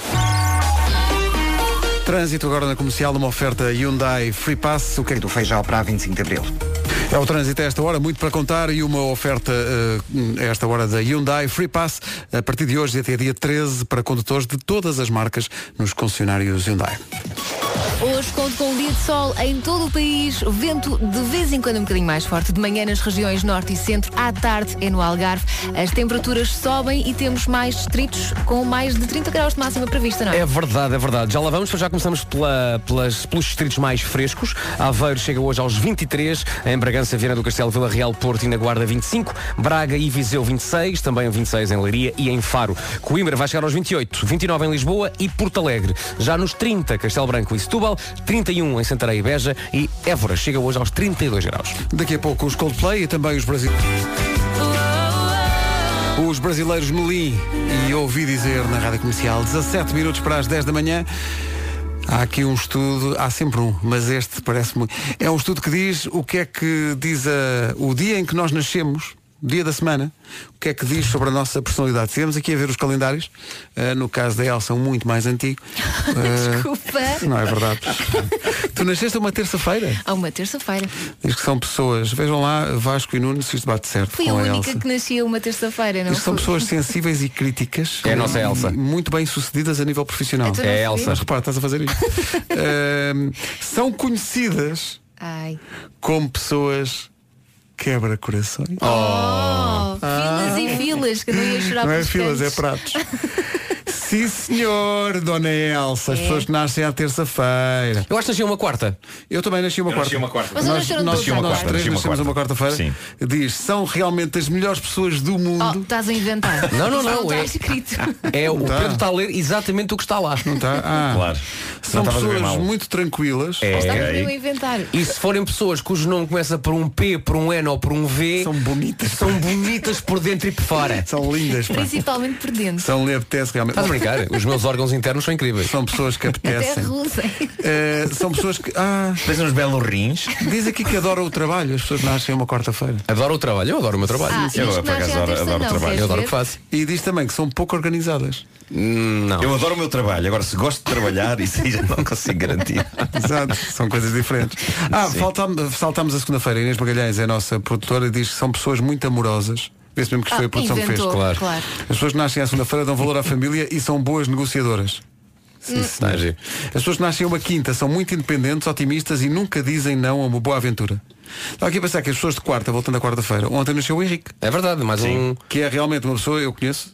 [SPEAKER 2] Trânsito agora na comercial, uma oferta Hyundai Free Pass. O que é que tu fez já para 25 de Abril? É o trânsito a esta hora, muito para contar e uma oferta eh, a esta hora da Hyundai Free Pass a partir de hoje até dia 13 para condutores de todas as marcas nos concessionários Hyundai.
[SPEAKER 4] Hoje conto com um dia de sol em todo o país, vento de vez em quando um bocadinho mais forte, de manhã nas regiões norte e centro, à tarde é no Algarve. As temperaturas sobem e temos mais distritos com mais de 30 graus de máxima prevista, não é?
[SPEAKER 5] É verdade, é verdade. Já lá vamos, já começamos pela- pelas, pelos distritos mais frescos. Aveiro chega hoje aos 23, em Bragança, Viana do Castelo, Vila Real, Porto e na Guarda 25, Braga e Viseu 26, também 26 em Leiria e em Faro. Coimbra vai chegar aos 28, 29 em Lisboa e Porto Alegre. Já nos 30, Castelo Branco e Setúbal, 31 em Santarém e Beja e Évora chega hoje aos 32 graus.
[SPEAKER 2] Daqui a pouco os Coldplay e também os brasileiros. Os brasileiros Melim e ouvi dizer na rádio comercial 17 minutos para as 10 da manhã. Há aqui um estudo, há sempre um, mas este parece muito. É um estudo que diz o que é que diz a- o dia em que nós nascemos, dia da semana, o que é que diz sobre a nossa personalidade. Estivemos aqui a ver os calendários, ah, no caso da Elsa, um muito mais antigo. Ah,
[SPEAKER 4] Desculpa.
[SPEAKER 2] Não é verdade. tu nasceste uma terça-feira?
[SPEAKER 4] Há uma terça-feira.
[SPEAKER 2] Diz que são pessoas, vejam lá, Vasco e Nuno, se isto bate certo
[SPEAKER 4] Fui a
[SPEAKER 2] com a
[SPEAKER 4] única
[SPEAKER 2] Elsa.
[SPEAKER 4] que nascia uma terça-feira, não
[SPEAKER 2] Isto são
[SPEAKER 4] fui?
[SPEAKER 2] pessoas sensíveis e críticas.
[SPEAKER 5] É a nossa Elsa.
[SPEAKER 2] Muito bem sucedidas a nível profissional.
[SPEAKER 4] Então não É a sabia. Elsa.
[SPEAKER 2] Mas repara, estás a fazer isto. Ahm, são conhecidas
[SPEAKER 4] Ai.
[SPEAKER 2] como pessoas quebra-corações.
[SPEAKER 4] Oh, filas e filas, que não ia chorar
[SPEAKER 2] Ah. Não é
[SPEAKER 4] pelos
[SPEAKER 2] filas, é
[SPEAKER 4] cantos.
[SPEAKER 2] pratos. Sim, senhor, dona Elsa. As
[SPEAKER 4] É.
[SPEAKER 2] pessoas que nascem à terça-feira.
[SPEAKER 5] Eu acho que nasci uma quarta.
[SPEAKER 2] Eu também nasci uma
[SPEAKER 17] Eu
[SPEAKER 2] quarta.
[SPEAKER 17] nasci uma quarta. Vocês
[SPEAKER 2] Nós,
[SPEAKER 17] nasceram
[SPEAKER 2] nós,
[SPEAKER 17] todos à
[SPEAKER 2] nós
[SPEAKER 17] quarta.
[SPEAKER 2] três
[SPEAKER 17] Nasci uma
[SPEAKER 2] nascemos uma
[SPEAKER 17] quarta.
[SPEAKER 2] quarta-feira. Diz, são realmente as melhores pessoas do mundo.
[SPEAKER 4] Oh, estás a inventar.
[SPEAKER 5] Não, não,
[SPEAKER 4] Isso
[SPEAKER 5] não,
[SPEAKER 4] está
[SPEAKER 5] é-
[SPEAKER 4] tá escrito.
[SPEAKER 5] É, o
[SPEAKER 2] Não tá.
[SPEAKER 5] Pedro está a ler exatamente o que está lá.
[SPEAKER 2] Não está? Ah.
[SPEAKER 17] Claro.
[SPEAKER 2] São
[SPEAKER 5] Não estava a ver
[SPEAKER 2] pessoas
[SPEAKER 5] mal.
[SPEAKER 2] muito tranquilas.
[SPEAKER 5] É.
[SPEAKER 4] Estás
[SPEAKER 5] Ok.
[SPEAKER 4] a inventar.
[SPEAKER 5] E se forem pessoas cujo nome começa por um P, por um N ou por um V, são
[SPEAKER 2] bonitas.
[SPEAKER 5] São bonitas por dentro e por fora.
[SPEAKER 2] São lindas. pá.
[SPEAKER 4] Principalmente por dentro.
[SPEAKER 2] São lhe apetece realmente.
[SPEAKER 5] Estás a brincar. Os meus órgãos internos são incríveis.
[SPEAKER 2] São pessoas que
[SPEAKER 4] Até
[SPEAKER 2] apetecem.
[SPEAKER 4] rusem.
[SPEAKER 2] Eh, são pessoas que. Ah,
[SPEAKER 17] Fez uns belos rins.
[SPEAKER 2] Diz aqui que adoram o trabalho. As pessoas nascem uma quarta-feira.
[SPEAKER 5] Adoro o trabalho, eu adoro o meu trabalho.
[SPEAKER 4] Ah, Eu, mas por acaso, nascem à adoro- terça adoro o não, trabalho. queres
[SPEAKER 5] Eu adoro o que
[SPEAKER 4] ver?
[SPEAKER 5] faço. Hum,
[SPEAKER 2] E diz também que são pouco organizadas.
[SPEAKER 5] Não.
[SPEAKER 17] Eu adoro o meu trabalho. Agora, se gosto de trabalhar, isso aí já não consigo garantir.
[SPEAKER 2] Exato, são coisas diferentes. Ah,
[SPEAKER 17] Sim.
[SPEAKER 2] faltam- saltámos a segunda-feira. Inês Magalhães é a nossa produtora e diz que são pessoas muito amorosas. Vê-se mesmo que isto
[SPEAKER 4] Ah,
[SPEAKER 2] foi a produção que fez.
[SPEAKER 4] inventou, Claro. claro.
[SPEAKER 2] As pessoas que nascem à segunda-feira dão valor à família e são boas negociadoras. Hum. Sim, senhor. As pessoas que nascem a uma quinta são muito independentes, otimistas e nunca dizem não a uma boa aventura. Estava aqui a pensar que as pessoas de quarta, voltando à quarta-feira, ontem nasceu o Henrique.
[SPEAKER 5] É verdade, mais um.
[SPEAKER 2] Que é realmente uma pessoa, eu conheço,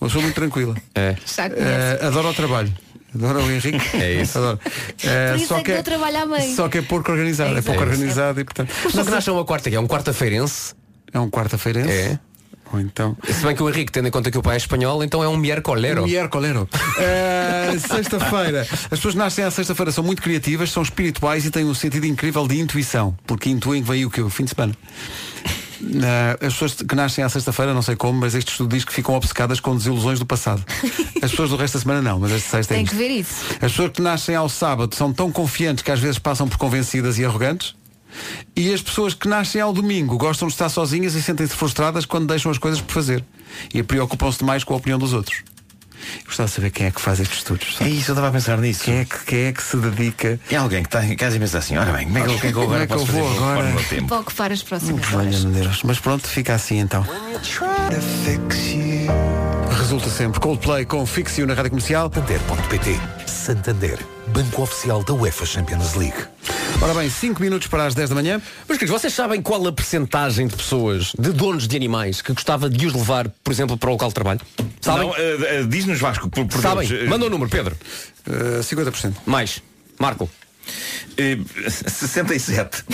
[SPEAKER 2] uma pessoa muito tranquila.
[SPEAKER 5] É.
[SPEAKER 4] Já conheço.
[SPEAKER 2] adora o trabalho. Adora o Henrique. É isso. Adora. Eh,
[SPEAKER 4] Por isso é que não trabalha à mãe.
[SPEAKER 2] só que é pouco organizado. É,
[SPEAKER 4] É
[SPEAKER 2] pouco
[SPEAKER 4] isso.
[SPEAKER 2] organizado e portanto.
[SPEAKER 5] Mas só que nasce uma quarta que é um quarta-feirense.
[SPEAKER 2] É um quarta-feirense?
[SPEAKER 5] É.
[SPEAKER 2] Ou então.
[SPEAKER 5] Se bem que o Henrique, tendo em conta que o pai é espanhol, então é um miercolero.
[SPEAKER 2] Miercolero. Eh, sexta-feira. As pessoas que nascem à sexta-feira são muito criativas, são espirituais e têm um sentido incrível de intuição, porque intuem que vem o que? O fim de semana. Eh, as pessoas que nascem à sexta-feira, não sei como, mas este estudo diz que ficam obcecadas com desilusões do passado. As pessoas do resto da semana não, mas esta sexta é
[SPEAKER 4] Tem
[SPEAKER 2] isto.
[SPEAKER 4] que ver isso.
[SPEAKER 2] As pessoas que nascem ao sábado são tão confiantes que às vezes passam por convencidas e arrogantes. E as pessoas que nascem ao domingo gostam de estar sozinhas e sentem-se frustradas quando deixam as coisas por fazer. E preocupam-se demais com a opinião dos outros. Eu Gostava de saber quem é que faz estes estudos.
[SPEAKER 17] É isso, eu estava a pensar nisso.
[SPEAKER 2] Quem é que, quem é que se dedica.
[SPEAKER 17] É alguém que está em casa e pensa assim, ora bem, como é que eu, o que é que eu
[SPEAKER 2] Como
[SPEAKER 17] agora
[SPEAKER 2] é que eu
[SPEAKER 17] posso fazer
[SPEAKER 2] vou
[SPEAKER 17] para ocupar
[SPEAKER 2] agora?
[SPEAKER 17] o meu tempo?
[SPEAKER 4] Para ocupar as próximas horas.
[SPEAKER 2] Valha-me Deus. Mas pronto, fica assim então. Resulta sempre Coldplay com Fixio na rádio comercial.
[SPEAKER 19] Santander.pt Santander, banco oficial da UEFA Champions League.
[SPEAKER 2] Ora bem, 5 minutos para as 10 da manhã.
[SPEAKER 5] Mas queridos, vocês sabem qual a percentagem de pessoas, de donos de animais, que gostava de os levar, por exemplo, para o local de trabalho? Sabem?
[SPEAKER 17] Não, eh, eh, diz-nos Vasco, por, por
[SPEAKER 5] sabem?
[SPEAKER 17] Deus, eh,
[SPEAKER 5] Manda o número, Pedro.
[SPEAKER 2] 50%.
[SPEAKER 5] Mais. Marco.
[SPEAKER 17] eh, 67.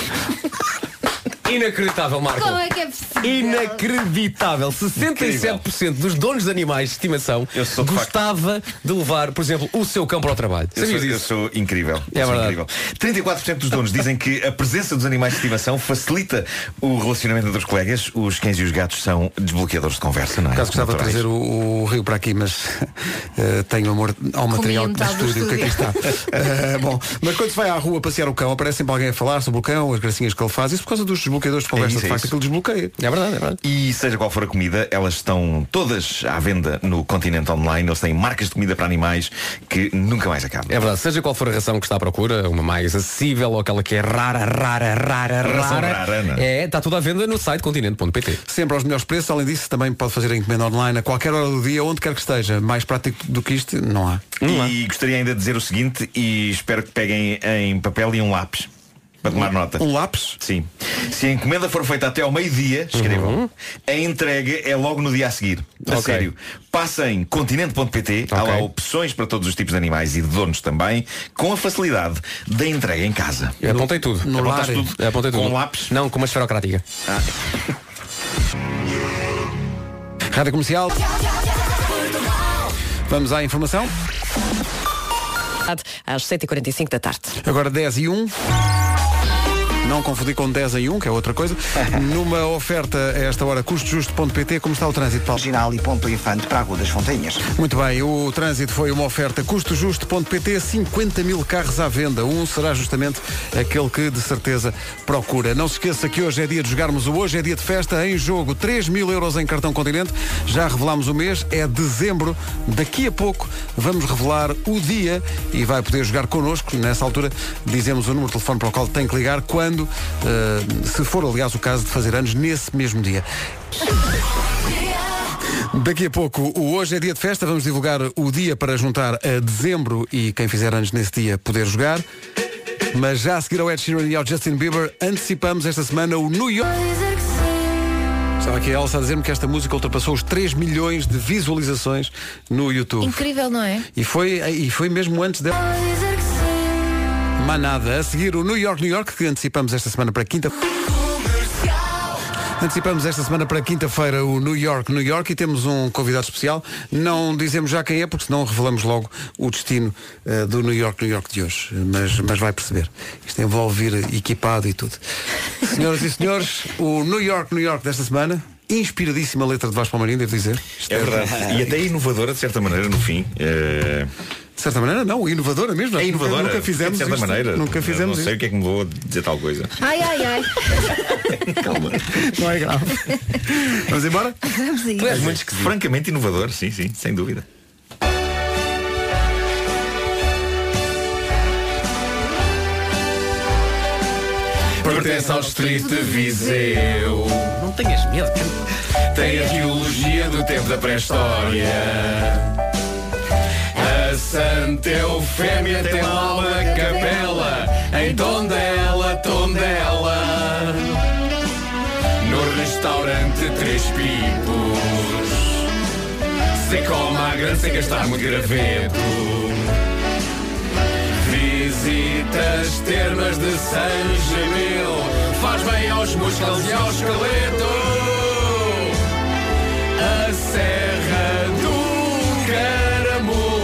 [SPEAKER 5] Inacreditável, Marco.
[SPEAKER 4] Como é que é possível?
[SPEAKER 5] Inacreditável. 67% dos donos de animais de estimação
[SPEAKER 17] de
[SPEAKER 5] gostava de levar, por exemplo, o seu cão para o trabalho.
[SPEAKER 17] Eu sou,
[SPEAKER 5] Sabias
[SPEAKER 17] eu
[SPEAKER 5] disso?
[SPEAKER 17] sou incrível.
[SPEAKER 5] É
[SPEAKER 17] Eu sou
[SPEAKER 5] verdade.
[SPEAKER 17] incrível. 34% dos donos dizem que a presença dos animais de estimação facilita o relacionamento entre os colegas. Os cães e os gatos são desbloqueadores de conversa, não é?
[SPEAKER 2] Por acaso gostava de
[SPEAKER 17] Naturais.
[SPEAKER 2] trazer o, o Rio para aqui, mas eh, tenho amor ao material do
[SPEAKER 4] metade do
[SPEAKER 2] estúdio que aqui está.
[SPEAKER 4] estúdio.
[SPEAKER 2] Eh, bom, mas quando se vai à rua passear o cão, aparece sempre alguém a falar sobre o cão, as gracinhas que ele faz, isso por causa dos desbloqueadores de conversa,
[SPEAKER 17] isso,
[SPEAKER 2] de
[SPEAKER 17] é
[SPEAKER 2] facto,
[SPEAKER 17] isso.
[SPEAKER 2] aquilo desbloqueia.
[SPEAKER 5] É verdade, é verdade.
[SPEAKER 17] E seja qual for a comida, elas estão todas à venda no continente online. Eles têm marcas de comida para animais que nunca mais acabam.
[SPEAKER 5] É verdade, seja qual for a ração que está à procura, uma mais acessível ou aquela que é rara, rara, rara,
[SPEAKER 17] Ração
[SPEAKER 5] rara.
[SPEAKER 17] rara, não
[SPEAKER 5] é, está tudo à venda no site continente.pt.
[SPEAKER 2] Sempre aos melhores preços, além disso, também pode fazer a encomenda online a qualquer hora do dia, onde quer que esteja. Mais prático do que isto, não há.
[SPEAKER 17] E gostaria ainda de dizer o seguinte e espero que peguem em papel e um lápis para tomar nota.
[SPEAKER 2] Um lápis?
[SPEAKER 17] Sim. Se a encomenda for feita até ao meio-dia, escrevam, a entrega é logo no dia a seguir. A
[SPEAKER 5] Uhum. Ok.
[SPEAKER 17] sério. Passem continente.pt, há lá opções para todos os tipos de animais e de donos também, com a facilidade da entrega em casa.
[SPEAKER 5] Eu apontei tudo.
[SPEAKER 2] No
[SPEAKER 17] Apontaste
[SPEAKER 2] lar.
[SPEAKER 17] tudo?
[SPEAKER 5] Apontei tudo.
[SPEAKER 17] Com lápis? Ah.
[SPEAKER 5] Não, com uma esferocrática.
[SPEAKER 2] Rádio Comercial. Vamos à informação.
[SPEAKER 11] Às 7h45 da tarde.
[SPEAKER 2] Agora 10 e 1. Não confundir com 10 em 1, que é outra coisa. Numa oferta a esta hora, custojusto.pt, como está o trânsito, Paulo?
[SPEAKER 3] Original e ponto infante para a Rua das Fontanhas.
[SPEAKER 2] Muito bem, o trânsito foi uma oferta custojusto.pt, 50 mil carros à venda. Um será justamente aquele que de certeza procura. Não se esqueça que hoje é dia de jogarmos o Hoje é dia de festa em jogo. 3 mil euros em cartão continente. Já revelámos o mês, é dezembro. Daqui a pouco vamos revelar o dia e vai poder jogar connosco. Nessa altura dizemos o número de telefone para o qual tem que ligar quando, eh, se for aliás o caso de fazer anos, nesse mesmo dia. Daqui a pouco, o hoje é dia de festa, vamos divulgar o dia para juntar a dezembro e quem fizer anos nesse dia poder jogar. Mas já a seguir ao Ed Sheeran e ao Justin Bieber, antecipamos esta semana o New York. Estava aqui a Elsa a dizer-me que esta música ultrapassou os 3 milhões de visualizações no YouTube.
[SPEAKER 4] Incrível, não é?
[SPEAKER 2] E foi, e foi mesmo antes dela. Manada. A seguir o New York, New York, que antecipamos esta semana para quinta. Antecipamos esta semana para quinta-feira o New York, New York e temos um convidado especial. Não dizemos já quem é, porque senão revelamos logo o destino eh, do New York, New York de hoje. Mas, mas vai perceber. Isto envolve vir equipado e tudo. Senhoras e senhores, o New York, New York desta semana inspiradíssima letra de Vasco Palmeirinho, devo dizer.
[SPEAKER 17] É verdade. E até inovadora, de certa maneira, no fim. Eh,
[SPEAKER 2] De certa maneira, não, inovadora mesmo.
[SPEAKER 17] É
[SPEAKER 2] Nunca-
[SPEAKER 17] inovadora.
[SPEAKER 2] Nunca fizemos
[SPEAKER 17] De certa
[SPEAKER 2] isto.
[SPEAKER 17] maneira.
[SPEAKER 2] Nunca
[SPEAKER 17] Eu
[SPEAKER 2] fizemos
[SPEAKER 17] Não sei o que é que me vou dizer tal coisa.
[SPEAKER 10] Ai, ai, ai.
[SPEAKER 2] Não é grave. Vamos embora?
[SPEAKER 10] Vamos aí.
[SPEAKER 17] Mas, francamente inovador, sim, sim, sem dúvida.
[SPEAKER 18] Pertence ao distrito de Viseu. Não tenhas medo. Tem a geologia do tempo da pré-história. A Santa Eufémia tem lá uma capela. Em Tondela, Tondela. No restaurante Três Pipos. Se come à grande sem gastar muito graveto. Visita as termas de San Gemil Faz bem aos músculos e ao esqueleto A Serra do Caramu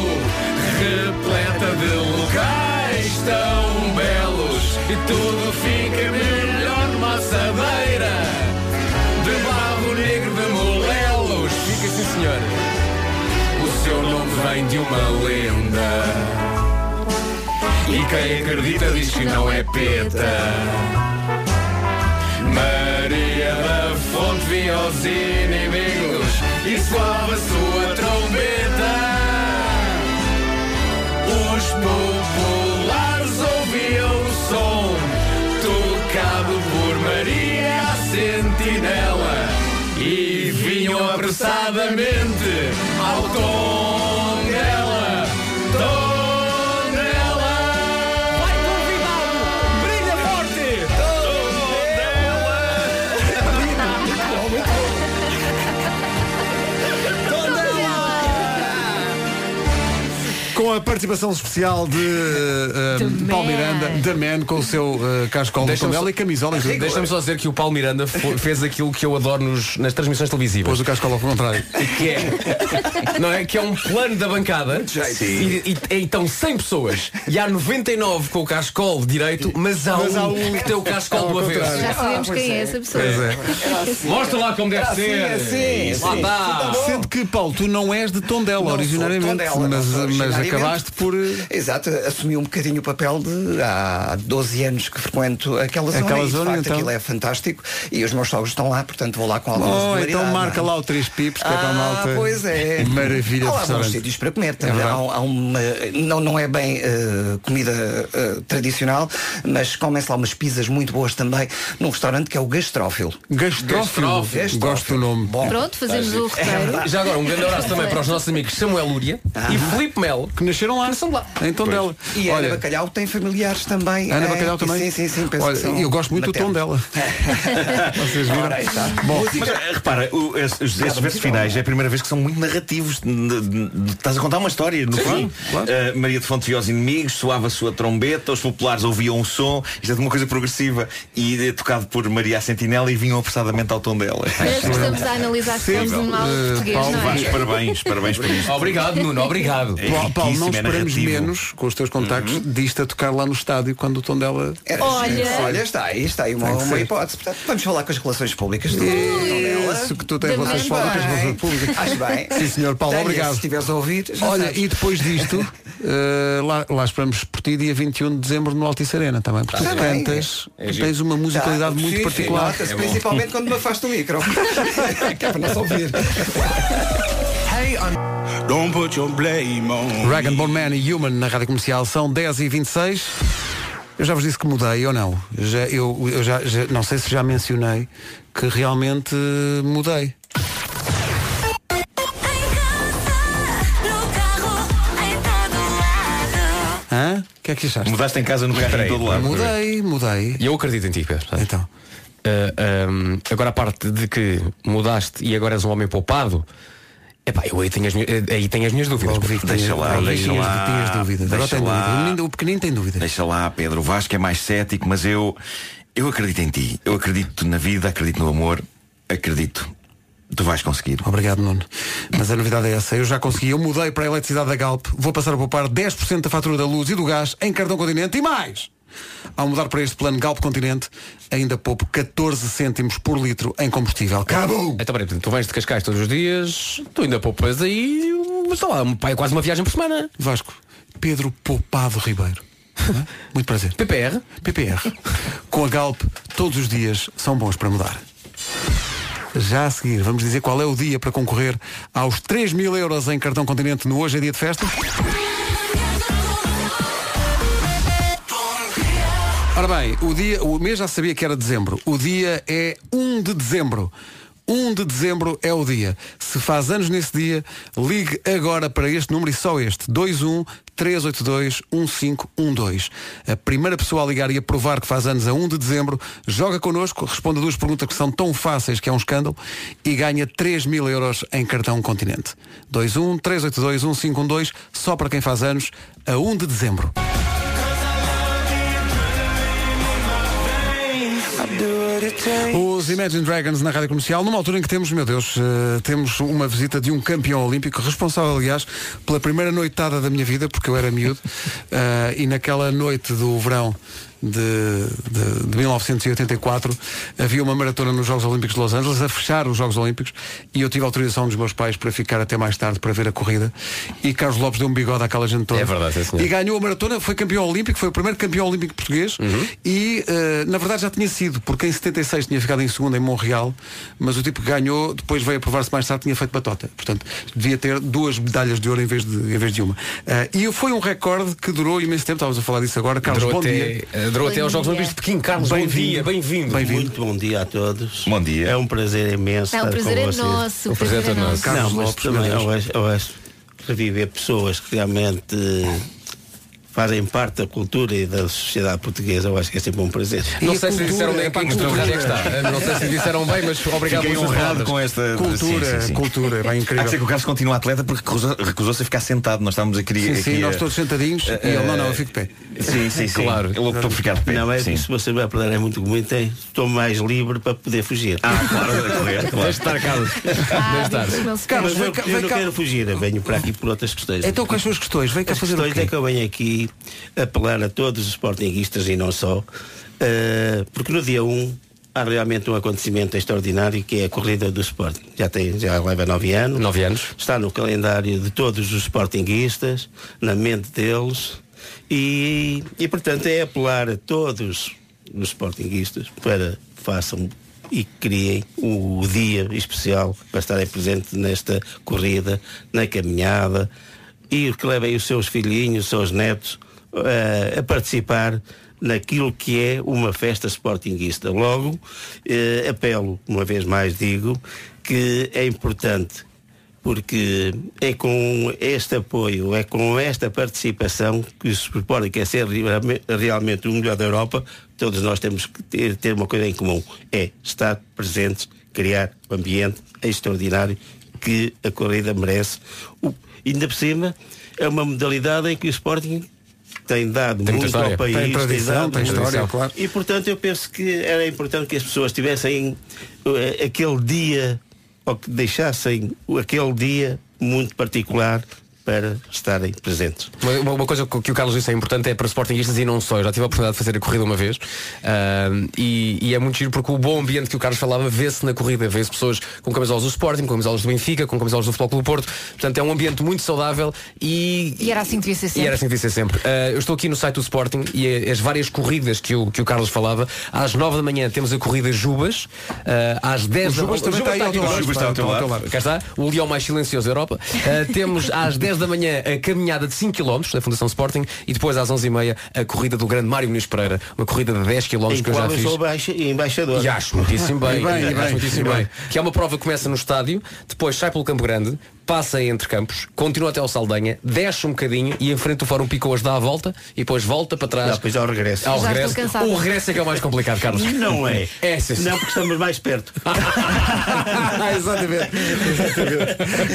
[SPEAKER 18] Repleta de locais tão belos E tudo fica melhor numa assadeira De barro negro de molelos Fica sim senhor O seu nome vem de uma lenda e quem acredita diz que não é peta Maria da Fonte vinha aos inimigos E soava a sua trombeta Os populares ouviam o som Tocado por Maria a sentinela E vinham apressadamente ao tom dela Tom dela Vai convidado, brilha forte É Tom dela
[SPEAKER 2] Com a participação especial de eh,
[SPEAKER 5] The
[SPEAKER 2] eh, Paulo
[SPEAKER 5] Man.
[SPEAKER 2] Miranda, The Man, com o seu eh, cascol de
[SPEAKER 5] Deixa-me
[SPEAKER 2] Tondela
[SPEAKER 5] só-
[SPEAKER 2] e camisola.
[SPEAKER 5] Deixa-me só dizer que o Paulo Miranda fo- fez aquilo que eu adoro nos- nas transmissões televisivas. Pôs
[SPEAKER 2] o cascola ao contrário.
[SPEAKER 5] Que é, não é? Que é um plano da bancada. E, e, e então 100 pessoas. E há 99 com o cascol direito, mas há,
[SPEAKER 18] Mas
[SPEAKER 5] um,
[SPEAKER 18] há um
[SPEAKER 5] que tem o cascol
[SPEAKER 18] ao
[SPEAKER 5] do avesso.
[SPEAKER 18] contrário.
[SPEAKER 4] Já sabemos quem é essa pessoa.
[SPEAKER 5] Ah, Pois
[SPEAKER 4] é.
[SPEAKER 5] Mostra lá como deve
[SPEAKER 4] Era assim,
[SPEAKER 5] ser.
[SPEAKER 4] assim,
[SPEAKER 5] Lá
[SPEAKER 4] assim.
[SPEAKER 5] está.
[SPEAKER 2] Sendo que, Paulo, tu não és de Tondela
[SPEAKER 20] tá Não sou
[SPEAKER 2] originariamente,
[SPEAKER 20] Tondela, não
[SPEAKER 2] mas,
[SPEAKER 20] sou
[SPEAKER 2] mas
[SPEAKER 20] originariamente.
[SPEAKER 2] acabaste por. eh,
[SPEAKER 20] Exato, assumi um bocadinho o papel de há 12 anos que frequento aquela zona
[SPEAKER 2] Aquela
[SPEAKER 20] e de
[SPEAKER 2] zona,
[SPEAKER 20] facto
[SPEAKER 2] então.
[SPEAKER 20] aquilo é fantástico e os meus sogros estão lá, portanto vou lá com alguma
[SPEAKER 2] Oh,
[SPEAKER 20] regularidade,
[SPEAKER 2] então
[SPEAKER 20] não é?
[SPEAKER 2] marca lá o três pips, que é para a
[SPEAKER 20] Ah,
[SPEAKER 2] malta.
[SPEAKER 20] pois é.
[SPEAKER 2] Maravilha
[SPEAKER 20] Há
[SPEAKER 2] de
[SPEAKER 20] lá
[SPEAKER 2] restaurante.
[SPEAKER 20] alguns sítios para comer
[SPEAKER 2] É
[SPEAKER 20] também.
[SPEAKER 2] verdade.
[SPEAKER 20] Há- um- há uma- não, não é bem eh, comida eh, tradicional, mas comem-se lá umas pizzas muito boas também num restaurante que é o Gastrófilo.
[SPEAKER 2] Gastrófilo. Gosto do nome.
[SPEAKER 4] Pronto, fazemos o roteiro.
[SPEAKER 5] Tá, Já agora, um grande abraço também para os nossos amigos Samuel Lúria e Filipe Melo.
[SPEAKER 2] Que nasceram lá. Então
[SPEAKER 5] Nasceram lá.
[SPEAKER 2] Em Tondela.
[SPEAKER 20] E a Ana
[SPEAKER 2] Olha-
[SPEAKER 20] Bacalhau tem familiares também.
[SPEAKER 2] Ana
[SPEAKER 20] eh,
[SPEAKER 2] Bacalhau
[SPEAKER 20] e
[SPEAKER 2] também?
[SPEAKER 20] Sim, sim, sim. penso
[SPEAKER 2] Olha,
[SPEAKER 20] que são É,
[SPEAKER 2] eu gosto muito do tom dela.
[SPEAKER 20] maternos.
[SPEAKER 2] Vocês viram?
[SPEAKER 20] Ora, aí está.
[SPEAKER 2] Bom,
[SPEAKER 17] Mas, eh, repara, o- es- os- esses
[SPEAKER 2] Obrigado,
[SPEAKER 17] versos
[SPEAKER 2] musical.
[SPEAKER 17] finais é a primeira vez que são muito narrativos. N- n- n- Estás a contar uma história, no
[SPEAKER 2] Sim,
[SPEAKER 17] fim.
[SPEAKER 2] sim, claro.
[SPEAKER 17] Eh, Maria de Fonte via os inimigos, soava a sua trombeta, os populares ouviam o som, isto é de uma coisa progressiva. E é tocado por Maria a Sentinela e vinham apressadamente ao tom dela.
[SPEAKER 4] Parece que é um estamos a analisar filmes de mal português, não
[SPEAKER 17] Eh, Vaz,
[SPEAKER 4] é?
[SPEAKER 17] parabéns, parabéns por isto.
[SPEAKER 5] Obrigado, Nuno, obrigado.
[SPEAKER 17] É
[SPEAKER 2] Paulo, Paulo,
[SPEAKER 17] riquíssimo,
[SPEAKER 2] não
[SPEAKER 17] é
[SPEAKER 2] esperamos
[SPEAKER 17] narrativo.
[SPEAKER 2] menos com os teus contactos
[SPEAKER 20] Uhum.
[SPEAKER 2] disto a tocar lá no estádio quando o tom dela.
[SPEAKER 20] É, sim, Olha, está aí, está aí uma,
[SPEAKER 2] Tem que
[SPEAKER 20] uma
[SPEAKER 2] ser.
[SPEAKER 20] hipótese. Portanto, vamos falar com as relações públicas do eh?
[SPEAKER 2] Isso que tu tens relações públicas, relações públicas.
[SPEAKER 20] Acho bem.
[SPEAKER 2] Sim, senhor Paulo,
[SPEAKER 20] Tânia,
[SPEAKER 2] obrigado.
[SPEAKER 20] Se estiveres a ouvir, já
[SPEAKER 2] Olha,
[SPEAKER 20] sabes.
[SPEAKER 2] e depois disto, eh, lá, lá esperamos por ti dia 21 de dezembro no Altice Arena também. Porque
[SPEAKER 20] Tá
[SPEAKER 2] tu
[SPEAKER 20] bem.
[SPEAKER 2] cantas,
[SPEAKER 20] É
[SPEAKER 2] tu
[SPEAKER 20] giro.
[SPEAKER 2] tens uma musicalidade
[SPEAKER 20] Tá,
[SPEAKER 2] muito
[SPEAKER 20] sim, sim,
[SPEAKER 2] particular.
[SPEAKER 18] É
[SPEAKER 20] nota-se, principalmente quando me afasto o micro. que é para não se ouvir.
[SPEAKER 18] Don't put your blame on
[SPEAKER 2] Rag and Bone Man e Human na Rádio Comercial são 10 e 26 Eu já vos disse que mudei ou não. Já, eu eu já, já- não sei se já mencionei que realmente eh, mudei. Hã? O que é que achaste?
[SPEAKER 17] Mudaste em casa no carro em todo lado.
[SPEAKER 2] Mudei, mudei.
[SPEAKER 5] E eu acredito em ti, Pedro. Ah,
[SPEAKER 2] Então.
[SPEAKER 5] agora a parte de que mudaste e agora és um homem poupado. Epá, eu aí tenho as, mi- eh, aí tenho as minhas dúvidas.
[SPEAKER 17] Deixa lá,
[SPEAKER 5] Aí
[SPEAKER 17] deixa
[SPEAKER 5] tenho as-
[SPEAKER 17] lá.
[SPEAKER 5] tenho as
[SPEAKER 2] dúvidas. Agora tem dúvida. O menino- o pequenino tem dúvidas.
[SPEAKER 17] Deixa lá, Pedro. O Vasco é mais cético, mas eu, eu acredito em ti. Eu acredito na vida, acredito no amor, acredito. Tu vais conseguir.
[SPEAKER 2] Obrigado, Nuno. Mas a novidade é essa. Eu já consegui. Eu mudei para a eletricidade da Galp. Vou passar a poupar 10% da fatura da luz e do gás em cartão continente e mais. Ao mudar para este plano Galp Continente, ainda poupo 14 cêntimos por litro em combustível. Cabo!
[SPEAKER 5] Então, peraí, portanto, tu vens de Cascais todos os dias, tu ainda poupas aí, mas sei lá, um- pá, é quase uma viagem por semana.
[SPEAKER 2] Vasco, Pedro Poupado Ribeiro. Não é? Muito prazer.
[SPEAKER 5] PPR.
[SPEAKER 2] PPR. Com a Galp, todos os dias são bons para mudar. Já a seguir, vamos dizer qual é o dia para concorrer aos 3 mil euros em cartão continente no Hoje é Dia de Festa. Ora bem, o, dia, o mês já sabia que era dezembro. O dia é 1 de dezembro. 1 de dezembro é o dia. Se faz anos nesse dia, ligue agora para este número e só este. 21 382 1512. A primeira pessoa a ligar e a provar que faz anos a 1 de dezembro, joga connosco, responde a duas perguntas que são tão fáceis que é um escândalo e ganha 3 mil euros em cartão continente. 21 382 1512, só para quem faz anos a 1 de dezembro. Os Imagine Dragons na Rádio Comercial, numa altura em que temos, meu Deus, eh, temos uma visita de um campeão olímpico, responsável, aliás, pela primeira noitada da minha vida, porque eu era miúdo, eh, e naquela noite do verão de, de- de 1984 havia uma maratona nos Jogos Olímpicos de Los Angeles, a fechar os Jogos Olímpicos, e eu tive autorização dos meus pais para ficar até mais tarde para ver a corrida, e Carlos Lopes deu um bigode àquela gente toda.
[SPEAKER 5] É verdade, sim, senhor.
[SPEAKER 2] E ganhou a maratona, foi campeão olímpico, foi o primeiro campeão olímpico português
[SPEAKER 5] Uhum.
[SPEAKER 2] e eh, na verdade já tinha sido, porque em 76 tinha ficado em segundo em Montreal, mas o tipo que ganhou, depois veio a provar-se mais tarde, tinha feito batota. Portanto, devia ter duas medalhas de ouro em vez de, em vez de uma. Eh, e foi um recorde que durou imenso tempo, estávamos a falar disso agora. Carlos,
[SPEAKER 5] Durou
[SPEAKER 2] bom
[SPEAKER 5] até-
[SPEAKER 2] dia.
[SPEAKER 5] eh, durou até aos Jogos Bom dia. Olímpicos de Pequim. Carlos, bom
[SPEAKER 2] Bem-vindo.
[SPEAKER 5] dia, bem-vindo.
[SPEAKER 21] Muito bom dia a todos.
[SPEAKER 17] Bom dia.
[SPEAKER 21] É um prazer imenso
[SPEAKER 4] Não, o
[SPEAKER 21] estar
[SPEAKER 4] prazer
[SPEAKER 21] com
[SPEAKER 4] é
[SPEAKER 21] vocês.
[SPEAKER 4] nosso, o O prazer prazer é é nosso. nosso.
[SPEAKER 21] Não,
[SPEAKER 4] Carlos
[SPEAKER 21] mas
[SPEAKER 4] Lopes,
[SPEAKER 21] também
[SPEAKER 4] meu
[SPEAKER 21] eu acho, eu acho que reviver pessoas que realmente eh, fazem parte da cultura e da sociedade portuguesa, eu acho que é sempre um prazer.
[SPEAKER 5] Não sei se disseram bem aqui, mas na verdade é que está. Não sei se disseram bem, mas obrigado
[SPEAKER 17] Fiquei
[SPEAKER 5] pelas suas
[SPEAKER 17] honrado
[SPEAKER 5] palavras.
[SPEAKER 17] com esta
[SPEAKER 2] Cultura, cultura, bem incrível.
[SPEAKER 17] Há que ser que o Carlos continua atleta porque recusou- recusou-se a ficar sentado. Nós estávamos aqui.
[SPEAKER 2] Sim,
[SPEAKER 17] aqui
[SPEAKER 2] sim,
[SPEAKER 17] a-
[SPEAKER 2] nós todos sentadinhos
[SPEAKER 17] Eh,
[SPEAKER 2] e ele, não, não,
[SPEAKER 17] eh,
[SPEAKER 2] eu fico de pé.
[SPEAKER 17] Sim, sim, sim.
[SPEAKER 21] Claro.
[SPEAKER 17] Ele optou por ficar de pé.
[SPEAKER 21] Não é
[SPEAKER 17] sim.
[SPEAKER 21] que se você vai perder é muito comum, tem- estou mais livre para poder fugir.
[SPEAKER 17] Ah, claro, claro. Deixa estar,
[SPEAKER 21] Carlos.
[SPEAKER 2] Carlos,
[SPEAKER 21] Mas eu,
[SPEAKER 2] vem cá-
[SPEAKER 21] eu
[SPEAKER 2] vem
[SPEAKER 21] não
[SPEAKER 2] cá-
[SPEAKER 21] quero fugir, eu venho para aqui por outras questões.
[SPEAKER 2] Então quais são as questões? Vem cá
[SPEAKER 21] As
[SPEAKER 2] fazer o
[SPEAKER 21] questões
[SPEAKER 2] quê?
[SPEAKER 21] é que eu venho aqui apelar a todos os sportinguistas e não só, eh, porque no dia 1 há realmente um acontecimento extraordinário que é a corrida do Sporting. Já, tem, já leva nove anos.
[SPEAKER 5] Nove anos.
[SPEAKER 21] Está no calendário de todos os sportinguistas, na mente deles, e, e portanto é apelar a todos os sportinguistas para que façam e criem o dia especial para estarem presentes nesta corrida, na caminhada, e que levem os seus filhinhos, os seus netos eh, a participar naquilo que é uma festa sportinguista. Logo, eh, apelo, uma vez mais digo, que é importante porque é com este apoio, é com esta participação que se propõe que é ser realme- realmente o melhor da Europa, todos nós temos que ter, ter uma coisa em comum, é estar presentes, criar um ambiente extraordinário que a corrida merece. O- ainda por cima, é uma modalidade em que o Sporting tem dado
[SPEAKER 5] Tem
[SPEAKER 21] muito
[SPEAKER 5] muita história.
[SPEAKER 21] ao país,
[SPEAKER 5] Tem tradição,
[SPEAKER 21] dado
[SPEAKER 5] tem
[SPEAKER 21] muito.
[SPEAKER 5] história, claro.
[SPEAKER 21] E portanto eu penso que era importante que as pessoas tivessem eh, aquele dia, ou que deixassem o- aquele dia muito particular para estarem presentes.
[SPEAKER 5] Uma- Uma, uma coisa que que o Carlos disse é importante é para sportinguistas e não só. Eu já tive a oportunidade de fazer a corrida uma vez ahm, e, e é muito giro porque o bom ambiente que o Carlos falava vê-se na corrida. Vê-se pessoas com camisolas do Sporting, com camisolas do Benfica, com camisolas do Futebol Clube do Porto. Portanto, é um ambiente muito saudável e,
[SPEAKER 4] E era assim que devia ser sempre.
[SPEAKER 5] e era assim que devia ser sempre. Ah, eu estou aqui no site do Sporting e eh, as várias corridas que o, que o Carlos falava. Às 9 da manhã temos a corrida Jubas. ah, às 10
[SPEAKER 2] O
[SPEAKER 5] da
[SPEAKER 2] Jubas também está aí ao teu
[SPEAKER 5] aqui ao
[SPEAKER 2] lado.
[SPEAKER 5] lado.
[SPEAKER 2] Jubas está ao teu lado.
[SPEAKER 5] Cá está, o leão mais silencioso da Europa. Uh, temos às 10 da manhã a caminhada de 5 km da Fundação Sporting e depois às 11h30 a corrida do grande Mário Nunes Pereira. Uma corrida de 10 km
[SPEAKER 21] Em
[SPEAKER 5] que eu já
[SPEAKER 21] qual eu
[SPEAKER 5] fiz.
[SPEAKER 21] sou baixa, embaixador.
[SPEAKER 5] E acho muitíssimo bem,
[SPEAKER 21] E bem, e
[SPEAKER 5] acho
[SPEAKER 21] bem,
[SPEAKER 5] muitíssimo
[SPEAKER 21] e
[SPEAKER 5] bem.
[SPEAKER 21] bem.
[SPEAKER 5] Que é uma prova que começa no estádio, depois sai pelo Campo Grande, passa entre campos, continua até ao Saldanha, desce um bocadinho e enfrenta o Fórum Picoas, dá a volta e depois volta para trás.
[SPEAKER 21] Ah, depois ao regresso.
[SPEAKER 5] Ao
[SPEAKER 21] Já estou
[SPEAKER 5] regresso.
[SPEAKER 21] cansada.
[SPEAKER 5] O regresso é que é o mais complicado, Carlos.
[SPEAKER 21] Não é.
[SPEAKER 5] É, sim, sim.
[SPEAKER 21] Não, porque estamos mais perto. Ah,
[SPEAKER 2] Exatamente.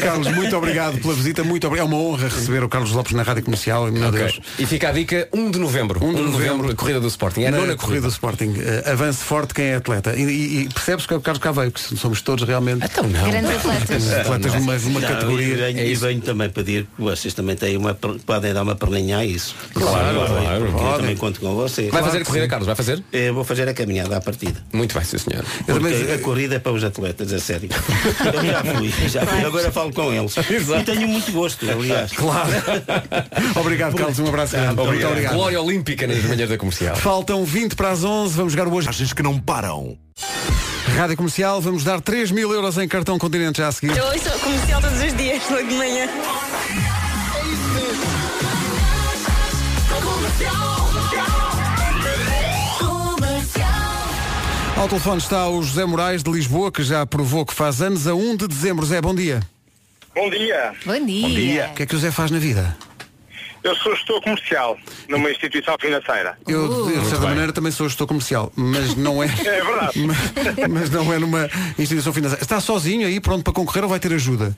[SPEAKER 2] Carlos, muito obrigado pela visita, muito obrigado. É uma uma honra receber o Carlos Lopes na Rádio Comercial. Meu
[SPEAKER 5] Ok.
[SPEAKER 2] Deus. Um
[SPEAKER 5] E fica a dica 1 de novembro. 1 de novembro, a corrida do Sporting. É a
[SPEAKER 2] Na
[SPEAKER 5] nona
[SPEAKER 2] corrida do
[SPEAKER 5] corrida.
[SPEAKER 2] Sporting. Eh, avance forte quem é atleta. E, e- e percebes que é o Carlos Caveiro, que somos todos realmente Eh,
[SPEAKER 4] Grandes atletas.
[SPEAKER 2] atletas de uma, de uma
[SPEAKER 21] Não,
[SPEAKER 2] categoria.
[SPEAKER 21] E venho,
[SPEAKER 5] É
[SPEAKER 21] e venho também pedir que vocês também têm uma, per- podem dar uma perninha a isso.
[SPEAKER 5] Claro,
[SPEAKER 21] Porque
[SPEAKER 5] claro,
[SPEAKER 21] Eu
[SPEAKER 5] podem.
[SPEAKER 21] também conto com vocês.
[SPEAKER 5] Vai fazer a corrida, Carlos? Vai fazer?
[SPEAKER 21] Eu vou fazer a caminhada à partida.
[SPEAKER 5] Muito bem, sim, senhor.
[SPEAKER 21] É, Porque a corrida é para os atletas, a sério. Eu já fui, já fui. Agora falo com eles. E tenho muito gosto, aliás.
[SPEAKER 2] Claro. Obrigado, Carlos. Um abraço grande. Muito obrigado.
[SPEAKER 5] Glória Olímpica nas manhãs da comercial.
[SPEAKER 2] Faltam 20 para as 11, vamos jogar hoje. Achas que não param. Rádio Comercial, vamos dar 3 mil euros em cartão continente já a seguir.
[SPEAKER 11] Eu ouço a comercial todos os dias, logo de manhã.
[SPEAKER 2] Ao telefone está o José Moraes de Lisboa, que já provou que faz anos a 1 de dezembro. Zé, bom dia.
[SPEAKER 15] Bom dia.
[SPEAKER 4] Bom dia.
[SPEAKER 2] O que é que o Zé faz na vida?
[SPEAKER 15] Eu sou gestor comercial numa instituição financeira.
[SPEAKER 2] Eu,
[SPEAKER 4] Uh.
[SPEAKER 2] de certa maneira, também sou gestor comercial, mas não é.
[SPEAKER 15] É verdade.
[SPEAKER 2] mas, mas não é numa instituição financeira. Está sozinho aí, pronto para concorrer ou vai ter ajuda?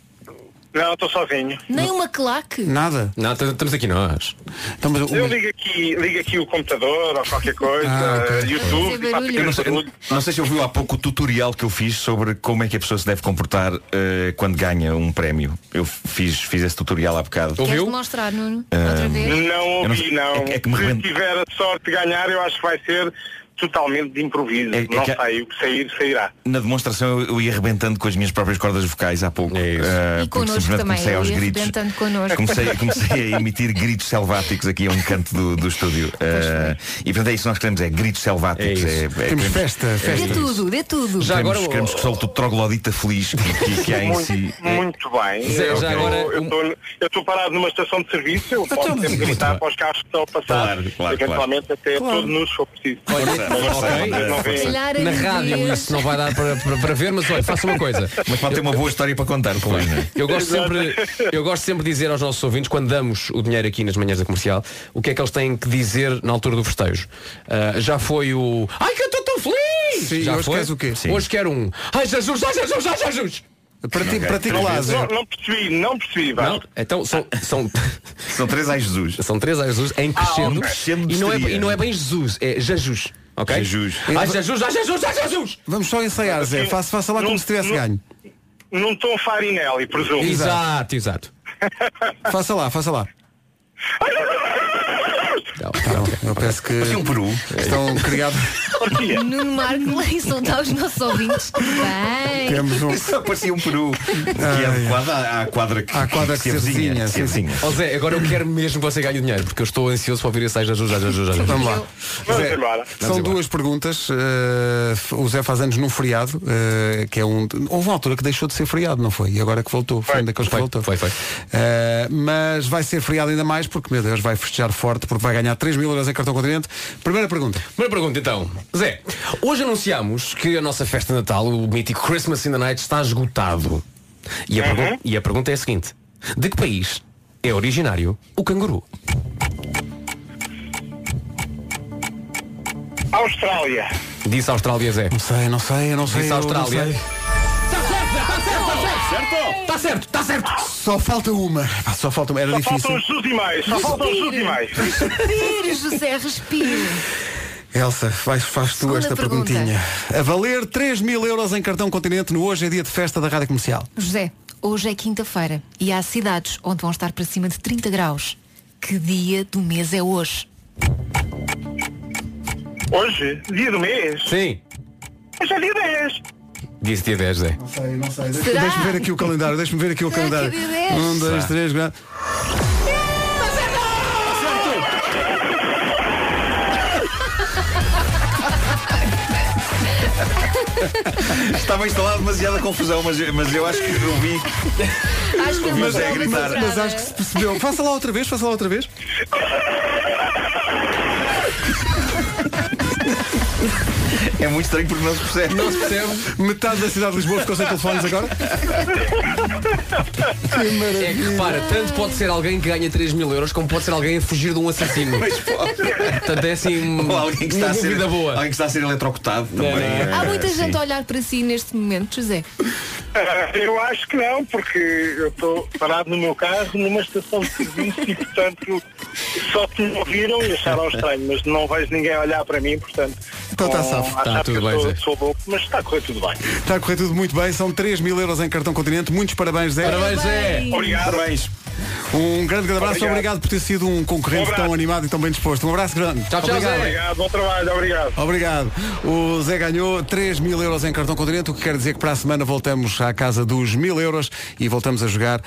[SPEAKER 15] Não, estou sozinho.
[SPEAKER 4] Nem uma claque.
[SPEAKER 2] Nada?
[SPEAKER 5] Não, estamos aqui nós.
[SPEAKER 2] Estamos,
[SPEAKER 15] Eu ligo aqui, ligo aqui o computador ou qualquer coisa,
[SPEAKER 17] Ah,
[SPEAKER 15] eh, YouTube, e faço
[SPEAKER 17] Eu
[SPEAKER 15] aquele
[SPEAKER 17] não, sei,
[SPEAKER 15] barulho.
[SPEAKER 17] não sei se ouviu há pouco o tutorial que eu fiz sobre como é que a pessoa se deve comportar eh, quando ganha um prémio. Eu fiz, fiz esse tutorial há bocado.
[SPEAKER 4] Queres-te mostrar, Nuno?
[SPEAKER 17] Ah,
[SPEAKER 4] Outra vez?
[SPEAKER 15] Não ouvi,
[SPEAKER 17] Eu
[SPEAKER 15] não.
[SPEAKER 17] não- é que- é que me
[SPEAKER 15] Se
[SPEAKER 17] arrebento.
[SPEAKER 15] tiver a sorte de ganhar, eu acho que vai ser totalmente de improviso.
[SPEAKER 17] É- é
[SPEAKER 15] não
[SPEAKER 17] que-
[SPEAKER 15] sei, o que sair, sairá.
[SPEAKER 17] Na demonstração eu, eu ia arrebentando com as minhas próprias cordas vocais há pouco.
[SPEAKER 4] E
[SPEAKER 17] eh, porque
[SPEAKER 4] connosco
[SPEAKER 17] simplesmente
[SPEAKER 4] também.
[SPEAKER 17] comecei aos
[SPEAKER 4] eu ia
[SPEAKER 17] gritos.
[SPEAKER 4] arrebentando connosco.
[SPEAKER 17] Comecei, comecei a emitir gritos selváticos aqui a um canto do, do estúdio. Eh, e portanto é isso que nós queremos, é gritos selváticos. É
[SPEAKER 2] Temos festa,
[SPEAKER 4] Dê tudo, dê tudo.
[SPEAKER 17] Já queremos, queremos que solte o troglodita feliz que, que, que há em
[SPEAKER 15] muito,
[SPEAKER 17] si.
[SPEAKER 15] muito bem.
[SPEAKER 17] Zé,
[SPEAKER 15] eu
[SPEAKER 17] já agora- um- Então,
[SPEAKER 15] estou parado numa estação de serviço, eu posso sempre gritar para os carros que estão a passar.
[SPEAKER 17] Claro, claro,
[SPEAKER 15] Eventualmente até
[SPEAKER 17] Claro.
[SPEAKER 15] todos nos se for preciso.
[SPEAKER 17] Força,
[SPEAKER 15] Mas,
[SPEAKER 17] força,
[SPEAKER 15] mas
[SPEAKER 17] André,
[SPEAKER 15] não vem-
[SPEAKER 17] força.
[SPEAKER 4] Calhar
[SPEAKER 5] Na
[SPEAKER 4] em
[SPEAKER 5] rádio,
[SPEAKER 4] vez.
[SPEAKER 5] isso não vai dar para, para, para ver, mas olha, faça uma coisa.
[SPEAKER 17] Mas pode ter uma boa história para contar, pelo menos.
[SPEAKER 5] Eu gosto, sempre, eu gosto sempre de dizer aos nossos ouvintes, quando damos o dinheiro aqui nas manhãs da comercial, o que é que eles têm que dizer na altura do festejo. Ah, já foi o. Ai que eu estou tão feliz!
[SPEAKER 2] Sim,
[SPEAKER 5] já
[SPEAKER 2] hoje
[SPEAKER 5] foi?
[SPEAKER 2] queres o quê? Sim.
[SPEAKER 5] Hoje quero um. Ai Jesus, ai Jesus, ai Jesus!
[SPEAKER 2] Para ti, é? para ti,
[SPEAKER 15] não,
[SPEAKER 2] Lázaro.
[SPEAKER 15] não percebi, não percebi. vá. Ah,
[SPEAKER 5] Não, então são. São,
[SPEAKER 17] são três a Jesus.
[SPEAKER 5] São três a Jesus em crescendo.
[SPEAKER 17] crescendo
[SPEAKER 5] e, não é,
[SPEAKER 17] seria.
[SPEAKER 5] e não é bem Jesus, é Jesus. Ok?
[SPEAKER 17] Jesus.
[SPEAKER 5] Ai Jesus, ai Jesus, ai Jesus!
[SPEAKER 2] Vamos só ensaiar, Ah,
[SPEAKER 5] Assim,
[SPEAKER 2] Zé. Faça, faça lá como
[SPEAKER 15] Não-
[SPEAKER 2] se tivesse
[SPEAKER 15] não-
[SPEAKER 2] ganho.
[SPEAKER 15] Num tom farinelli, presumo.
[SPEAKER 5] Exato, exato.
[SPEAKER 2] Faça lá, faça lá. tá,
[SPEAKER 5] Não,
[SPEAKER 2] Eu penso que
[SPEAKER 17] Parecia um peru.
[SPEAKER 2] estão criados.
[SPEAKER 15] Olha,
[SPEAKER 4] Nuno Marco e soltar os nossos ouvintes. Bem.
[SPEAKER 2] Temos um.
[SPEAKER 17] Só parecia um peru. Que
[SPEAKER 2] Ah,
[SPEAKER 17] é adequado à, à quadra que,
[SPEAKER 2] À quadra que se avizinha, sim, sim.
[SPEAKER 5] Ó Zé, agora eu quero mesmo que você ganhe o dinheiro, porque eu estou ansioso para ouvir esse ai Jesus, ai Jesus, ai Jesus.
[SPEAKER 2] Então Vamos lá.
[SPEAKER 15] Vamos
[SPEAKER 2] Zé,
[SPEAKER 15] embora.
[SPEAKER 2] São duas perguntas. eh, f- o Zé faz anos num feriado, eh, que é um. Houve uma altura que deixou de ser feriado, não foi? E agora que voltou, foi ainda que
[SPEAKER 5] Foi,
[SPEAKER 2] voltou.
[SPEAKER 5] foi, foi.
[SPEAKER 2] Eh, mas vai ser feriado ainda mais, porque, meu Deus, vai festejar forte, porque vai ganhar 3 mil euros em cartão continente. Primeira pergunta.
[SPEAKER 5] Primeira pergunta então. Zé, hoje anunciamos que a nossa festa de Natal, o mítico Christmas in the Night, está esgotado. E a, pergun- e a pergunta é a seguinte. De que país é originário o canguru?
[SPEAKER 15] Austrália.
[SPEAKER 5] Disse a Austrália, Zé.
[SPEAKER 2] Não sei, não sei, não sei.
[SPEAKER 5] Disse a
[SPEAKER 2] eu não
[SPEAKER 5] Austrália.
[SPEAKER 2] sei. Tá
[SPEAKER 5] Está certo, está certo.
[SPEAKER 2] Só falta uma. Pá, Ah, Só falta uma. Era
[SPEAKER 15] Só
[SPEAKER 2] difícil.
[SPEAKER 15] faltam os dos demais. Só faltam os dos demais.
[SPEAKER 4] Respire, José, respire.
[SPEAKER 2] Elsa, vais, faz tu
[SPEAKER 4] Segunda
[SPEAKER 2] esta
[SPEAKER 4] pergunta.
[SPEAKER 2] perguntinha. A valer 3 mil euros em cartão continente no Hoje é Dia de Festa da Rádio Comercial.
[SPEAKER 4] José, hoje é quinta-feira e há cidades onde vão estar para cima de 30 graus. Que dia do mês é hoje?
[SPEAKER 15] Hoje, dia do mês.
[SPEAKER 5] Sim.
[SPEAKER 15] Hoje é dia 10.
[SPEAKER 5] Disse dia 10, Zé.
[SPEAKER 2] Não sei, não sei.
[SPEAKER 4] Será?
[SPEAKER 2] Deixa-me ver aqui o calendário, deixa-me ver aqui o
[SPEAKER 4] Será que
[SPEAKER 2] calendário.
[SPEAKER 4] dia dez?
[SPEAKER 2] Um, dois, três, quatro.
[SPEAKER 18] Tá
[SPEAKER 17] Estava instalada demasiada confusão, mas, mas eu acho que ouvi.
[SPEAKER 4] Acho que
[SPEAKER 17] Mas
[SPEAKER 4] eu
[SPEAKER 17] é
[SPEAKER 4] vou
[SPEAKER 17] gritar.
[SPEAKER 4] procurar.
[SPEAKER 2] Mas acho que se percebeu. Faça lá outra vez, faça lá outra vez.
[SPEAKER 17] É muito estranho porque não se percebe.
[SPEAKER 2] Não se percebe. Metade da cidade de Lisboa ficou sem telefones agora.
[SPEAKER 5] É que repara, tanto pode ser alguém que ganha 3 mil euros como pode ser alguém a fugir de um assassino. Portanto, é assim
[SPEAKER 17] Ou alguém que está
[SPEAKER 5] uma
[SPEAKER 17] a ser,
[SPEAKER 5] dúvida boa.
[SPEAKER 17] Alguém que está a ser eletrocutado também. é,
[SPEAKER 4] Há muita
[SPEAKER 17] sim.
[SPEAKER 4] gente a olhar para si neste momento, José.
[SPEAKER 18] Ah, Eu acho que não, porque eu estou parado no meu carro numa estação de serviço e, portanto, só que me ouviram e acharam estranho, mas não vejo ninguém olhar para mim, portanto.
[SPEAKER 2] Então tá
[SPEAKER 18] vão
[SPEAKER 2] safo.
[SPEAKER 18] achar
[SPEAKER 2] Tá, tudo
[SPEAKER 18] que eu
[SPEAKER 2] bem,
[SPEAKER 18] sou-
[SPEAKER 2] Zé.
[SPEAKER 18] sou louco, mas está a correr tudo bem.
[SPEAKER 2] Está a correr tudo muito bem. São 3 mil euros em cartão continente. Muitos parabéns, Zé.
[SPEAKER 18] Parabéns, Zé. Obrigado.
[SPEAKER 2] Parabéns. Um grande abraço. Obrigado,
[SPEAKER 18] Obrigado.
[SPEAKER 2] por ter sido um concorrente
[SPEAKER 18] Um abraço.
[SPEAKER 2] tão animado e tão bem disposto. Um abraço grande.
[SPEAKER 18] obrigado. Obrigado, bom trabalho, obrigado.
[SPEAKER 2] Obrigado. O Zé ganhou 3 mil euros em cartão continente, o que quer dizer que para a semana voltamos à casa dos mil euros e voltamos a jogar